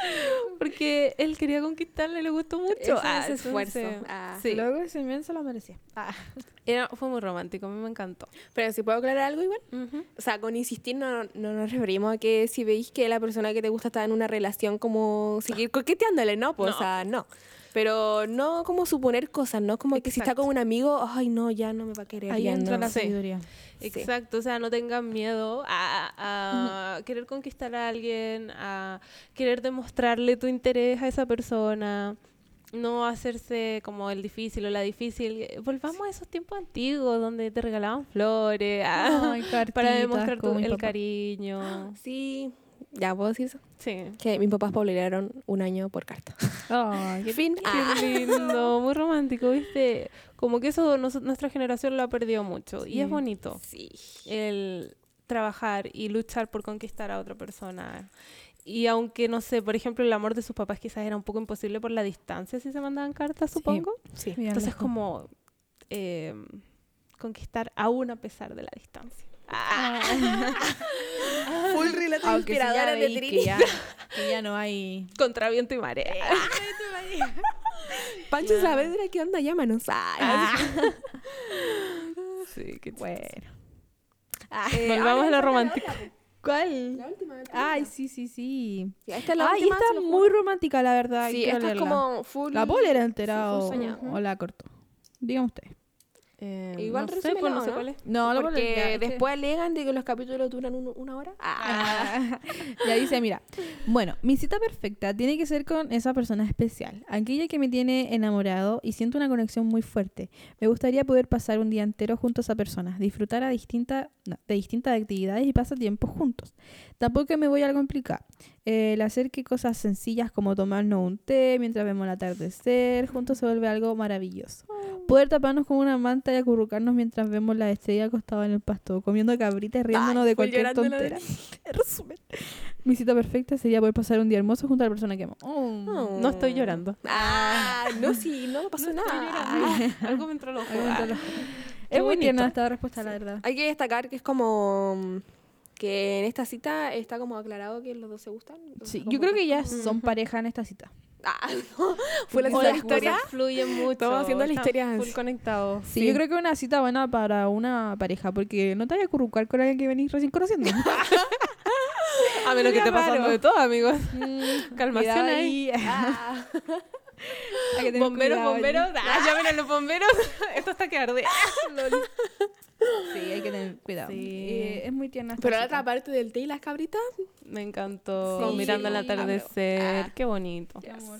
S2: Porque él quería conquistarla y le gustó mucho.
S3: Eso es esfuerzo.
S2: entonces,
S3: Ah.
S2: sí.
S1: Luego ese men se lo merecía.
S2: Era- fue muy romántico, a mí me encantó.
S3: Pero si puedo aclarar algo igual.
S2: Ujú.
S3: O sea, con insistir no, no nos referimos a que si veis que la persona que te gusta está en una relación como seguir coqueteándole, ¿no? Pues,
S2: No.
S3: O sea, no. Pero no como suponer cosas, ¿no? Como que si está
S2: Exacto.
S3: con un amigo, ay, no, ya no me va a querer.
S1: Ahí
S3: ya
S1: entra
S3: no".
S1: la
S2: Sí.
S1: sabiduría.
S3: Sí.
S2: Exacto, o sea, no tengan miedo a, a querer conquistar a alguien, a querer demostrarle tu interés a esa persona, no hacerse como el difícil o la difícil. Eh, Volvamos a esos tiempos antiguos donde te regalaban flores ah,
S1: Ay,
S2: para
S1: cartitas
S2: demostrar tu-
S1: como mi
S2: el
S1: papá.
S2: cariño.
S3: Sí, ya puedo decir eso.
S2: Sí.
S3: Que mis papás poblaron un año por carta.
S1: Ay, qué
S3: fin.
S2: Qué
S3: Ah.
S2: lindo, muy romántico, ¿viste? Como que eso nos- nuestra generación lo ha perdido mucho y es
S1: Sí.
S2: bonito.
S3: Sí.
S2: el trabajar y luchar por conquistar a otra persona. Y aunque, no sé, por ejemplo, el amor de sus papás quizás era un poco imposible por la distancia si se mandaban cartas, supongo.
S3: Sí.
S1: Bien
S2: Entonces,
S1: lejos.
S2: como eh, conquistar aún a pesar de la distancia.
S3: Full relato
S1: Ah, Aunque si ya
S3: de
S1: veis
S3: Trini.
S1: que ya, que ya no hay...
S2: Contra viento y marea.
S3: Pancho Saavedra, ¿qué onda? Llámanos. Ay,
S2: Sí, qué
S1: Bueno.
S3: Eh,
S2: Volvamos
S3: ay,
S2: a lo
S3: ay,
S2: romántico.
S1: ¿Cuál?
S3: La última. la última.
S1: Ay, sí, sí, sí.
S3: Ya, esta es la
S1: Ay,
S3: última, se
S1: está
S3: lo
S1: muy
S3: juro.
S1: romántica, la verdad.
S3: Sí,
S1: quiero
S3: esta es
S1: leerla.
S3: como full.
S1: La pole era entera
S3: full
S1: o,
S3: soñada.
S1: o la cortó. Digan ustedes.
S2: Eh,
S3: Igual
S2: no sé,
S3: resúmelo,
S2: pues no sé
S3: ¿no?
S2: cuál es. Ah,
S1: No, la pole ya, este,
S3: Porque
S1: es que-
S3: después alegan de que los capítulos duran un- una hora.
S1: Ah. ya dice, mira, bueno, mi cita perfecta tiene que ser con esa persona especial, aquella que me tiene enamorado y siento una conexión muy fuerte. Me gustaría poder pasar un día entero junto a esa persona, disfrutar a distinta, no, de distintas actividades y pasatiempos juntos. Tampoco me voy a complicar. Eh, El hacer que cosas sencillas como tomarnos un té mientras vemos el atardecer, juntos se vuelve algo maravilloso. Poder taparnos con una manta y acurrucarnos mientras vemos las estrellas acostadas en el pasto, comiendo cabritas y
S3: Ay,
S1: riéndonos de
S3: fui
S1: cualquier
S3: llorando la
S1: tontera. Resumen. Mi cita perfecta sería poder pasar un día hermoso junto a la persona que amo. Oh.
S2: No estoy llorando.
S3: Ah, no, sí, no pasó
S2: No estoy
S3: nada.
S2: llorando. Algo me entró al ojo. Ah.
S1: Ahí me entró el ojo.
S2: Qué
S1: Es muy
S2: bonito.
S1: tierna esta respuesta, la verdad.
S3: Hay que destacar que es como mm, que en esta cita está como aclarado que los dos se gustan. o sea,
S1: Sí,
S3: como
S1: yo creo que ya son pareja en esta cita.
S3: Ah, no. Fue la
S2: O
S3: cita de historia.
S2: fluye mucho.
S3: Estamos haciendo la
S2: están
S3: historia.
S2: Full conectados.
S1: Sí, yo creo que es una cita buena para una pareja, porque no te vayas a currucar con alguien que venís recién conociendo.
S2: A menos que
S1: Sería
S2: esté pasando
S1: raro.
S2: de todo, amigos. Calmación
S1: Cuidado
S2: ahí.
S1: ahí.
S3: Ah,
S1: Hay que tener
S2: Bomberos,
S1: cuidado ahí.
S2: bomberos. Ah, llamen a los bomberos. Esto está que arde.
S1: Sí, hay que tener cuidado.
S2: Sí.
S1: Eh, es muy tierna esta
S3: pero la
S1: cita.
S3: otra parte del té y las cabritas.
S2: Me encantó.
S3: Sí.
S2: Mirando el
S3: Sí.
S2: atardecer.
S3: Ah.
S2: Qué bonito.
S1: Qué amor.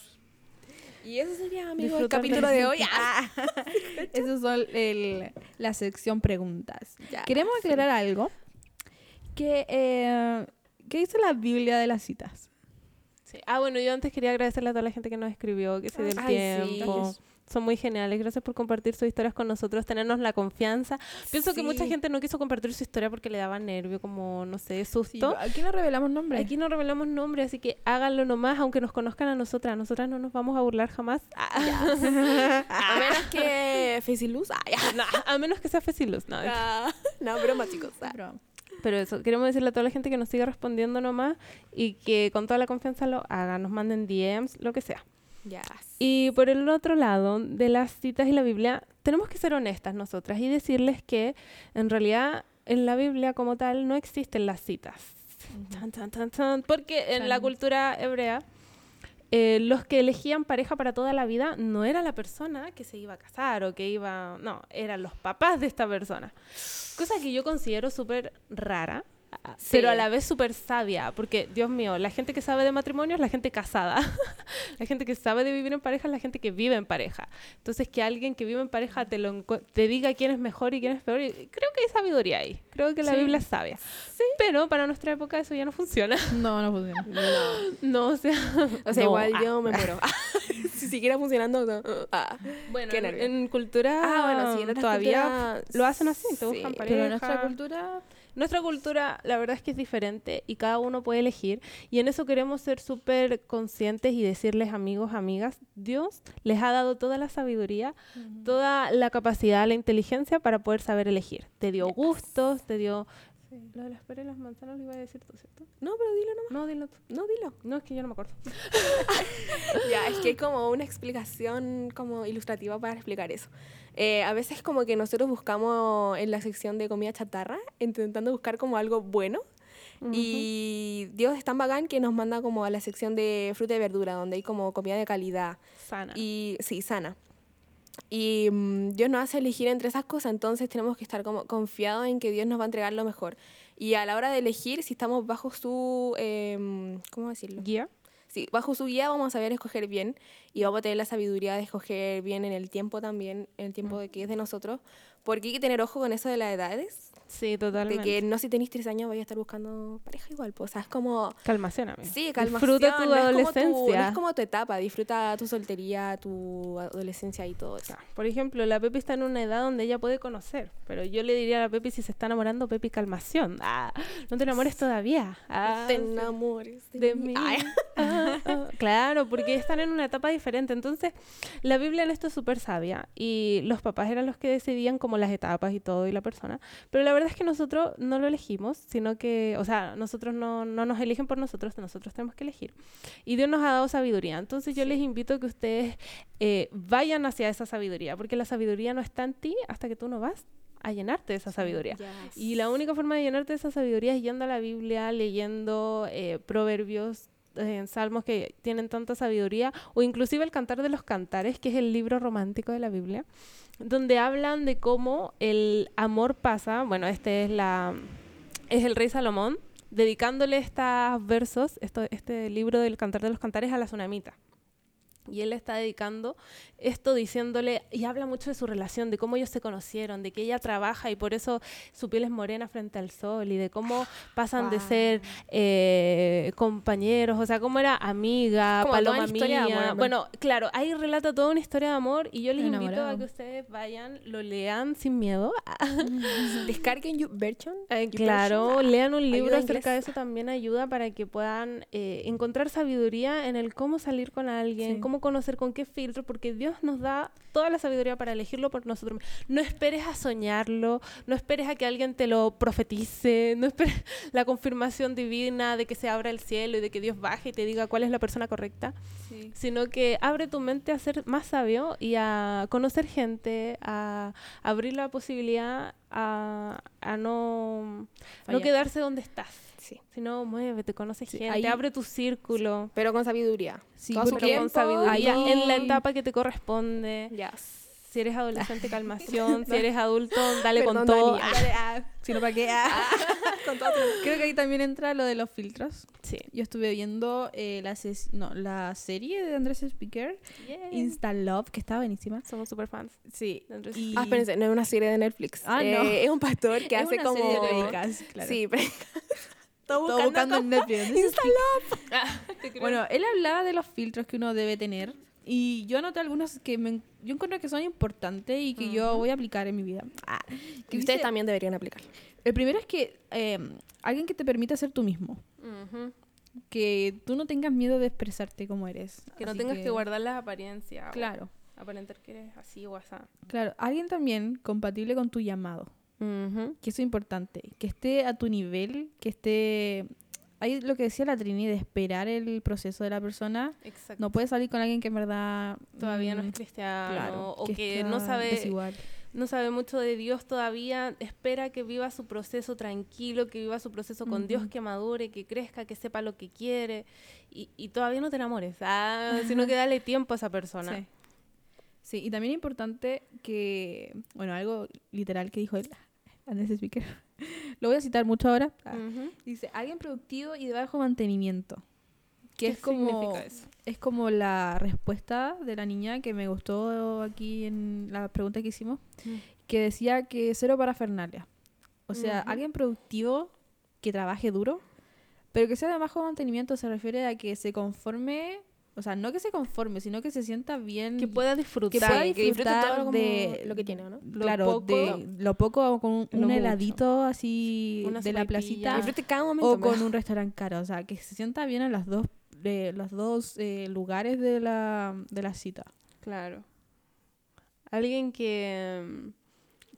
S3: Y eso sería, amigo, el
S2: Disfrutar de
S3: capítulo
S2: la
S3: de hoy. Ah,
S2: Ah,
S1: Esas son el- la sección preguntas.
S3: Ya,
S1: Queremos aclarar algo. Que, eh, ¿Qué dice la Biblia de las citas?
S2: Sí. Ah, bueno, yo antes quería agradecerle a toda la gente que nos escribió, que se dio el
S3: Ay, sí.
S2: tiempo. Son muy geniales. Gracias por compartir sus historias con nosotros, tenernos la confianza. Pienso que mucha
S1: Sí.
S2: gente no quiso compartir su historia porque le daba nervio, como, no sé,
S1: Sí,
S2: susto.
S1: aquí no revelamos nombres.
S2: Aquí no revelamos nombre, así que háganlo nomás, aunque nos conozcan a nosotras. Nosotras no nos vamos a burlar jamás. Ah,
S3: A menos que Faciluz. Ah, ya.
S2: no, a menos que sea Facilus. No,
S3: Ah, No, broma, chicos. Ah.
S1: Pero-
S2: Pero eso, queremos decirle a toda la gente que nos siga respondiendo nomás y que con toda la confianza lo hagan, nos manden DMs, lo que sea.
S3: Ya.
S2: Y por el otro lado, de las citas y la Biblia, tenemos que ser honestas nosotras y decirles que en realidad en la Biblia como tal no existen las citas. Tan, tan, tan, tan. Porque en la
S1: Chan.
S2: cultura hebrea, eh, los que elegían pareja para toda la vida no era la persona que se iba a casar o que iba... No, eran los papás de esta persona. Cosa que yo considero súper rara, pero a la vez súper sabia, porque, Dios mío, la gente que sabe de matrimonio es la gente casada. la gente que sabe de vivir en pareja es la gente que vive en pareja. Entonces, que alguien que vive en pareja te, lo encu- te diga quién es mejor y quién es peor, y creo que hay sabiduría ahí. Creo que la
S1: Sí.
S2: Biblia es sabia. Pero para nuestra época eso ya no funciona.
S1: No, no funciona.
S2: No, o sea...
S3: O sea,
S2: no,
S3: igual
S2: ah.
S3: yo me muero. si siguiera funcionando, no. Ah.
S2: Bueno,
S3: Qué
S2: en,
S3: nervio.
S2: en cultura
S3: Ah, bueno, sí, en otras
S2: todavía
S3: culturas,
S2: lo hacen así, te
S3: sí.
S2: buscan pareja.
S1: Pero nuestra cultura
S2: Nuestra cultura, la verdad es que es diferente y cada uno puede elegir. Y en eso queremos ser súper conscientes y decirles, amigos, amigas, Dios les ha dado toda la sabiduría, toda la capacidad, la inteligencia para poder saber elegir. Te dio gustos, te dio... Lo de las peras y las manzanas lo iba a decir tú, ¿cierto?
S3: No, pero dilo nomás.
S2: No, dilo tú.
S3: No, dilo.
S2: No, es que yo no me acuerdo.
S3: Ya, es que hay como una explicación como ilustrativa para explicar eso. Eh, a veces como que nosotros buscamos en la sección de comida chatarra, intentando buscar como algo bueno. Y Dios es tan bacán que nos manda como a la sección de fruta y verdura, donde hay como comida de calidad.
S2: Sana.
S3: Y sí, sana. Y mm, Dios nos hace elegir entre esas cosas, entonces tenemos que estar como confiados en que Dios nos va a entregar lo mejor. Y a la hora de elegir, si estamos bajo su, em, ¿cómo decirlo?
S2: guía.
S3: Sí, bajo su guía vamos a saber escoger bien y vamos a tener la sabiduría de escoger bien en el tiempo también, en el tiempo de que es de nosotros, porque hay que tener ojo con eso de las edades,
S2: Sí, totalmente.
S3: de que no si tenéis tres años vais a estar buscando pareja igual, pues, o sea, es como...
S2: Calmación, amigo.
S3: Sí, calma.
S2: Disfruta tu
S3: Es como tu, no
S2: adolescencia.
S3: es como tu etapa, disfruta tu soltería, tu adolescencia y todo eso.
S2: Por ejemplo, la Pepi está en una edad donde ella puede conocer, pero yo le diría a la Pepi si se está enamorando, Pepi, calmación. Ah, no te enamores todavía. Ah,
S3: Te enamores
S2: de mí.
S3: Ay.
S2: Ah, ah. Claro, porque están en una etapa diferente. Entonces, la Biblia en esto es súper sabia y los papás eran los que decidían como las etapas y todo y la persona. Pero la verdad es que nosotros no lo elegimos, sino que, o sea, nosotros no, no nos eligen por nosotros, nosotros tenemos que elegir. Y Dios nos ha dado sabiduría. Entonces yo les invito a que ustedes eh, vayan hacia esa sabiduría, porque la sabiduría no está en ti hasta que tú no vas a llenarte de esa sabiduría. Y la única forma de llenarte de esa sabiduría es yendo a la Biblia, leyendo eh, proverbios, eh, salmos que tienen tanta sabiduría, o inclusive el Cantar de los Cantares, que es el libro romántico de la Biblia, donde hablan de cómo el amor pasa, bueno, este es la es el rey Salomón dedicándole estos versos, esto, este libro del Cantar de los Cantares a la Tsunamita. Y él le está dedicando esto diciéndole, y habla mucho de su relación, de cómo ellos se conocieron, de que ella trabaja y por eso su piel es morena frente al sol, y de cómo pasan de
S3: Wow.
S2: ser eh, compañeros, o sea, cómo era amiga,
S3: Como toda
S2: paloma
S3: una historia
S2: mía.
S3: de amor.
S2: Bueno, claro, ahí relata toda una historia de amor y yo les invito a
S1: Enamorado.
S2: que ustedes vayan, lo lean sin miedo,
S3: Descarguen you version.
S2: eh,
S3: You
S2: claro,
S3: version.
S2: lean un libro
S3: Ayuda
S2: acerca de
S3: inglesa.
S2: eso también ayuda para que puedan eh, encontrar sabiduría en el cómo salir con alguien,
S1: Sí.
S2: cómo conocer con qué filtro, porque Dios nos da toda la sabiduría para elegirlo por nosotros. mismos. No esperes a soñarlo, no esperes a que alguien te lo profetice, no esperes la confirmación divina de que se abra el cielo y de que Dios baje y te diga cuál es la persona correcta sino que abre tu mente a ser más sabio y a conocer gente, a abrir la posibilidad a, a no, no
S1: Fallar.
S2: quedarse donde estás,
S3: Sí.
S2: sino muévete, conoces
S1: Sí,
S2: gente,
S1: ahí-
S2: abre tu círculo,
S3: Pero con sabiduría.
S1: Sí,
S3: Todo su
S1: porque
S2: pero
S3: tiempo,
S2: con sabiduría
S3: todo.
S2: en la etapa que te corresponde.
S3: Yes.
S2: si eres adolescente, calmación. si eres adulto, dale
S3: Perdón,
S2: con todo.
S3: Dani.
S2: Ah,
S1: Dale, ah, si no, ¿para qué? Ah.
S3: Con todo tu-
S1: Creo que ahí también entra lo de los filtros.
S2: Ah, sí.
S1: Yo estuve viendo eh, la, ses- no, la serie de Andrés Speaker, Insta Love, que está buenísima.
S2: Somos super fans.
S1: Sí.
S2: de Andrés
S1: y-
S3: Ah, espérense, no es una serie de Netflix.
S1: Ah, no.
S3: Eh, es un pastor que
S1: es
S3: hace
S1: una
S3: como.
S1: serie de prédicas, claro.
S3: Sí, pero.
S1: Todo buscando en Netflix.
S3: Insta
S1: Ah, Bueno, él hablaba de los filtros que uno debe tener y yo anoté algunos que me, yo encuentro que son importantes y que yo voy a aplicar en mi vida. Ah, que
S3: Y
S1: dice-
S3: ustedes también deberían aplicarlo.
S1: El primero es que eh, alguien que te permita ser tú mismo, que tú no tengas miedo de expresarte como eres.
S2: Que no
S1: Así
S2: tengas que... guardar las apariencias. o
S1: Claro,
S2: aparentar que eres así o así.
S1: claro. Alguien también compatible con tu llamado, que eso es importante, que esté a tu nivel, que esté... Hay lo que decía la Trini de esperar el proceso de la persona.
S2: Exacto.
S1: No puedes salir con alguien que en verdad
S2: Todavía no
S1: mm,
S2: es cristiano
S1: Claro,
S2: o que, no
S1: está
S2: sabe
S1: desigual.
S2: no sabe mucho de Dios todavía, espera que viva su proceso tranquilo, que viva su proceso con Dios,
S1: Ujú.
S2: que madure, que crezca, que sepa lo que quiere y, y todavía no te enamores, ah, sino que dale tiempo a esa persona.
S1: Sí. Sí, y también es importante que, bueno, algo literal que dijo él, Andrés Speaker, lo voy a citar mucho ahora. Ah.
S2: Ujú.
S1: Dice, alguien productivo y de bajo mantenimiento.
S2: ¿Qué
S1: Que es como,
S2: significa eso?
S1: es como la respuesta de la niña que me gustó aquí en la pregunta que hicimos,
S2: Mm.
S1: que decía que cero para Fernalia. O sea,
S2: Ujú.
S1: alguien productivo que trabaje duro, pero que sea de bajo mantenimiento se refiere a que se conforme, o sea, no que se conforme, sino que se sienta bien.
S2: Que pueda disfrutar.
S1: que pueda
S3: Sí, que disfrute
S1: disfrutar
S3: todo como
S1: de
S3: lo que tiene, ¿o ¿no?
S2: lo
S1: claro,
S2: poco-
S1: de lo poco o con un,
S2: No mucho.
S1: heladito así
S2: Una
S1: de la
S2: sopaipilla.
S1: placita
S2: Ah.
S3: Disfrute cada momento.
S1: o con un restaurante caro, o sea, que se sienta bien en los dos, de los dos eh, lugares de la, de la cita.
S2: Claro. Alguien que mm,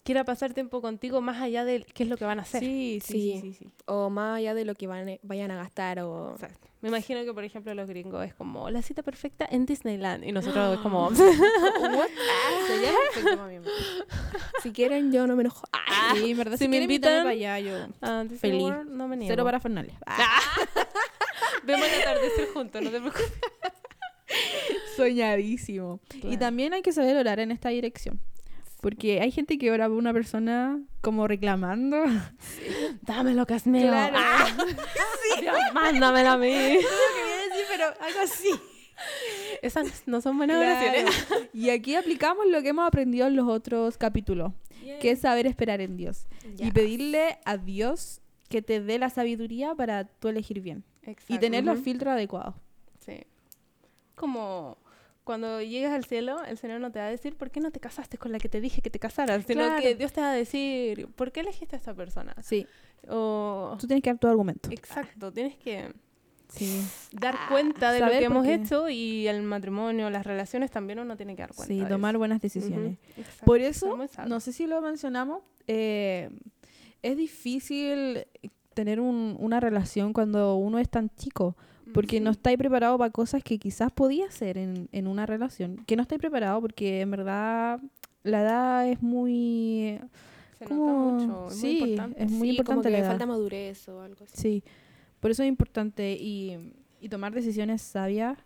S2: quiera pasar tiempo contigo más allá de qué es lo que van a hacer.
S1: Sí,
S3: Sí. O más allá de lo que van- eh, vayan a gastar o...
S2: Exacto. Me imagino que, por ejemplo, los gringos es como la cita perfecta en Disneyland. Y nosotros es como.
S3: Ah,
S1: Sería perfecto para mí.
S3: si quieren, yo no me enojo. Ah,
S2: Ah,
S1: Sí, en verdad,
S2: si
S1: si,
S2: me
S1: me invitan
S2: invitan-
S1: para allá, yo Ah,
S2: ah, Disney
S1: Feliz.
S2: World, no me niego.
S1: cero para Fernández.
S2: Vemos el atardecer juntos, no te preocupes.
S1: Soñadísimo. Y
S2: Claro.
S1: también hay que saber orar en esta dirección. Porque hay gente que ora por una persona como reclamando.
S2: Dame lo que has mío. Ah. Dios, mándamelo a mí.
S1: pero algo así.
S2: Esas no son buenas oraciones.
S1: Y aquí aplicamos lo que hemos aprendido en los otros capítulos, que es saber esperar en Dios. Y pedirle a Dios que te dé la sabiduría para tú elegir bien.
S2: Exacto.
S1: Y tener los
S2: Ujú.
S1: filtros adecuados.
S2: Sí. Como cuando llegas al cielo, el Señor no te va a decir por qué no te casaste con la que te dije que te casaras, sino
S1: Claro.
S2: que Dios te va a decir por qué elegiste a esta persona.
S1: Sí.
S2: O.
S1: Tú tienes que dar tu argumento.
S2: Exacto, tienes que
S1: Sí.
S2: dar cuenta de lo
S1: Ah, saber
S2: que
S1: por
S2: hemos
S1: qué.
S2: hecho y el matrimonio, las relaciones también uno tiene que dar cuenta.
S1: Sí,
S2: de
S1: tomar
S2: eso.
S1: buenas decisiones.
S2: Ujú, exacto,
S1: Por
S2: ser
S1: eso,
S2: muy sabio.
S1: no sé si lo mencionamos, eh, es difícil tener un- una relación cuando uno es tan chico, porque no estáis preparado para cosas que quizás podía hacer en, en una relación, que no estáis preparado porque en verdad la edad es muy...
S2: se
S1: como-
S2: nota mucho, es
S1: sí,
S2: muy importante.
S1: es muy
S3: sí, como
S1: importante
S3: que
S1: la
S3: le
S1: edad.
S3: falta madurez o algo así.
S1: Sí, por eso es importante y, y tomar decisiones sabias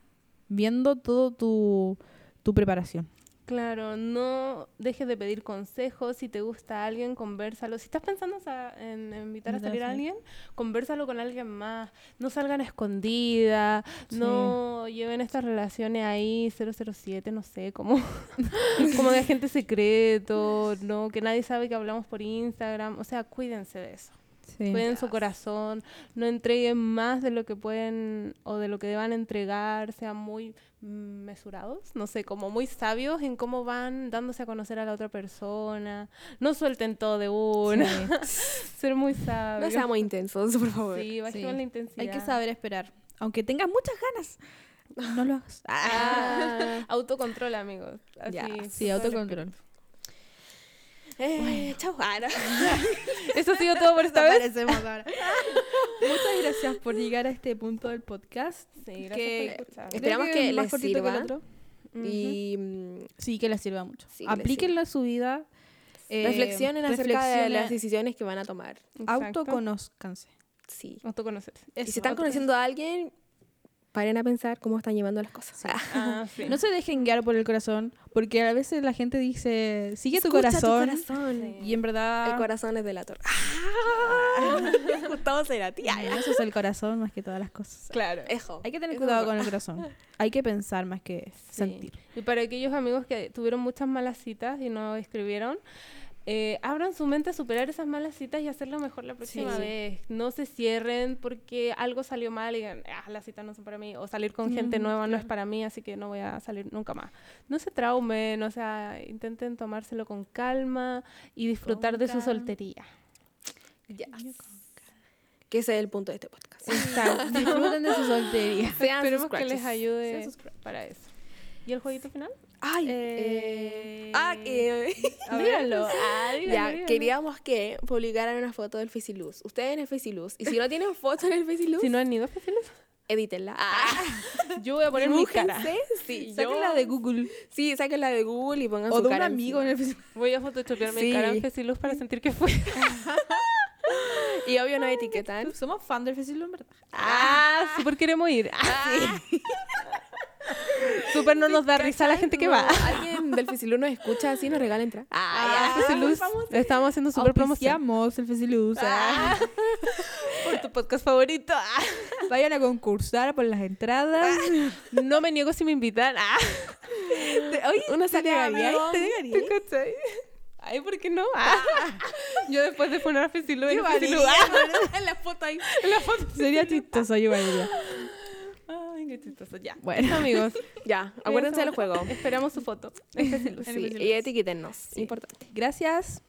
S1: viendo todo tu, tu preparación.
S2: Claro, no dejes de pedir consejos. Si te gusta alguien, conversalo. Si estás pensando sa- en, en invitar a
S1: Invitar a
S2: salir a
S1: salir.
S2: alguien, conversalo con alguien más. No salgan a escondidas,
S1: Sí.
S2: no lleven estas relaciones ahí 007, no sé, como, como de agente secreto, no que nadie sabe que hablamos por Instagram. O sea, cuídense de eso.
S1: Sí.
S2: Cuiden su corazón, no entreguen más de lo que pueden o de lo que deban entregar, sean muy mm, mesurados, no sé, como muy sabios en cómo van dándose a conocer a la otra persona, no suelten todo de una,
S1: Sí.
S2: ser muy
S3: No
S2: sabios.
S3: seamos intensos, por favor.
S2: sí, bajen
S1: Sí.
S2: la intensidad.
S1: Hay que saber esperar. Aunque tengas muchas ganas, no lo hagas.
S2: Ah, autocontrol, amigos. Así,
S3: Ya,
S1: Sí, autocontrol.
S3: Eh, chao. Ah, no.
S2: Eso ha sido todo por esta vez.
S1: Muchas gracias por llegar a este punto del podcast.
S2: Sí, gracias
S1: Que-
S2: por escuchar.
S3: Espera- Esperamos
S1: Creo
S3: que
S1: es más
S3: les
S1: cortito que el
S3: sirva.
S1: otro.
S3: Y mm,
S1: Sí, que les sirva mucho.
S3: Sí, que les
S1: Aplíquenlo a su vida. Eh,
S3: reflexionen acerca de
S1: reflexionen,
S3: las decisiones que van a tomar.
S2: Exacto.
S1: Autoconózcanse.
S3: Sí.
S2: Autoconocerse.
S3: y
S1: Eso,
S3: si están
S1: autoconoc-
S3: conociendo a alguien, paren a pensar cómo están llevando las cosas. Ah,
S2: Ah, sí.
S1: No se dejen guiar por el corazón, porque a veces la gente dice, sigue tu
S3: escucha
S1: corazón,
S3: corazón.
S1: Y en verdad...
S3: El corazón es delator. Gustavo Cerati.
S1: Ay, Eso es el corazón más que todas las cosas.
S2: Claro.
S3: Ejo.
S1: Hay que tener
S3: Eso
S1: cuidado
S3: me
S1: con el corazón. Hay que pensar más que sentir.
S2: Y para aquellos amigos que tuvieron muchas malas citas y no escribieron, eh, abran su mente a superar esas malas citas y hacerlo mejor la próxima
S3: Sí.
S2: vez. No se cierren porque algo salió mal y digan, ah, las citas no son para mí. O salir con gente nueva no es para mí, así que no voy a salir nunca más. No se traumen, o sea, intenten tomárselo con calma y disfrutar de su soltería.
S3: Yes. Que ese es el punto de este podcast.
S1: Exacto. Disfruten de su soltería.
S3: Sean
S2: Esperemos que
S3: scratches.
S2: les ayude
S1: Sean
S2: para eso. ¿Y el jueguito final?
S3: Ay.
S1: Eh,
S3: Ah, que.
S1: a ver,
S2: Díganlo. Ah, díganlo,
S3: ya,
S2: díganlo.
S3: queríamos que publicaran una foto del Faciluz. Ustedes en el Faciluz. Y si no tienen foto en el Faciluz,
S2: Si no han ido, pues,
S3: edítenla. Ah,
S2: yo voy a poner mi cara.
S3: dibújense. Sí, yo-
S1: Sáquenla de Google.
S3: Sí, sáquenla de Google y pongan
S1: O
S3: su
S1: de un
S3: cara
S1: amigo en
S3: encima.
S1: el Facebook.
S2: Voy a photoshopear mi
S3: Sí.
S2: cara en Fesiluz para sentir que fue.
S3: Y obvio no etiquetan.
S1: Somos fan del Facebook, en verdad.
S2: Ah, súper queremos ir. Súper no nos da risa
S3: Ah,
S2: la gente que va.
S3: Como Alguien del Faciluz nos escucha así, nos regala entrar.
S2: Ah, Fesiluz. Estamos haciendo súper promoción.
S1: Auspiciamos el Faciluz. Ah.
S2: Por tu podcast favorito. Ah,
S1: Vayan a concursar por las entradas.
S2: No me niego si me invitan. Ah,
S1: Oye,
S3: Una salida
S1: ¿Te negaría?
S2: ¿Te cachai? Ay, ¿por qué no? Ah, Yo después de poner a Fesiluz en Fesilú,
S3: En la foto ahí.
S2: ah, la foto.
S1: Sería chistoso, yo valdría.
S2: Ay, qué chistoso. Ya.
S1: Bueno.
S2: Eso, amigos.
S3: Ya, acuérdense del
S2: Eso,
S3: juego.
S2: Esperamos su foto en Fesiluz.
S3: Sí, y etiquétennos. Importante.
S1: Gracias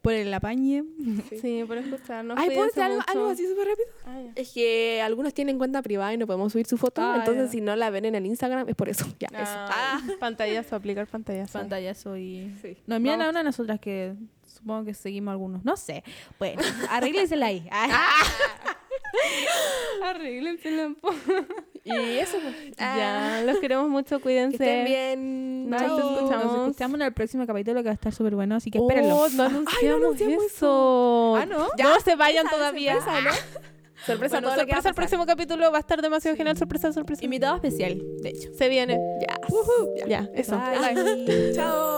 S1: por el apañe.
S2: Sí, por escucharnos.
S3: Ay, ¿puedo
S2: Cuídense
S3: hacer algo,
S2: mucho.
S3: algo así súper rápido?
S2: Ah, ya.
S3: Es que algunos tienen cuenta privada y no podemos subir su foto.
S1: Ah,
S3: entonces,
S1: ya.
S3: si no la ven en el Instagram, es por eso. Ya, eso.
S2: Ah, Pantallazo, aplicar pantallazo.
S1: Pantallazo
S3: Ah,
S1: y...
S2: Sí.
S1: Nos envían
S2: Vamos.
S1: a una de nosotras que supongo que seguimos algunos. No sé. Bueno, arréglesela ahí. Ah, Ay.
S2: Arréglensela. po.
S3: Y eso. pues,
S2: Ya, los queremos mucho,
S3: Ah. Que
S2: cuídense.
S3: estén bien.
S2: Nos
S3: Chao.
S2: escuchamos.
S1: Nos escuchamos en el próximo capítulo que va a estar súper bueno, así que
S2: Oh,
S1: espérenlo.
S2: no anunciamos,
S3: anunciamos
S2: eso.
S1: Ah, ¿no?
S2: No se vayan todavía.
S3: Sorpresa, ¿no? Sorpresa,
S2: Bueno,
S3: todo lo que va a
S2: sorpresa, el
S3: pasar.
S2: próximo capítulo va a estar demasiado genial. Sorpresa, sorpresa.
S1: Invitado especial, de hecho.
S2: Se viene.
S3: Yes.
S2: Ya, eso.
S1: Bye.
S3: Chao.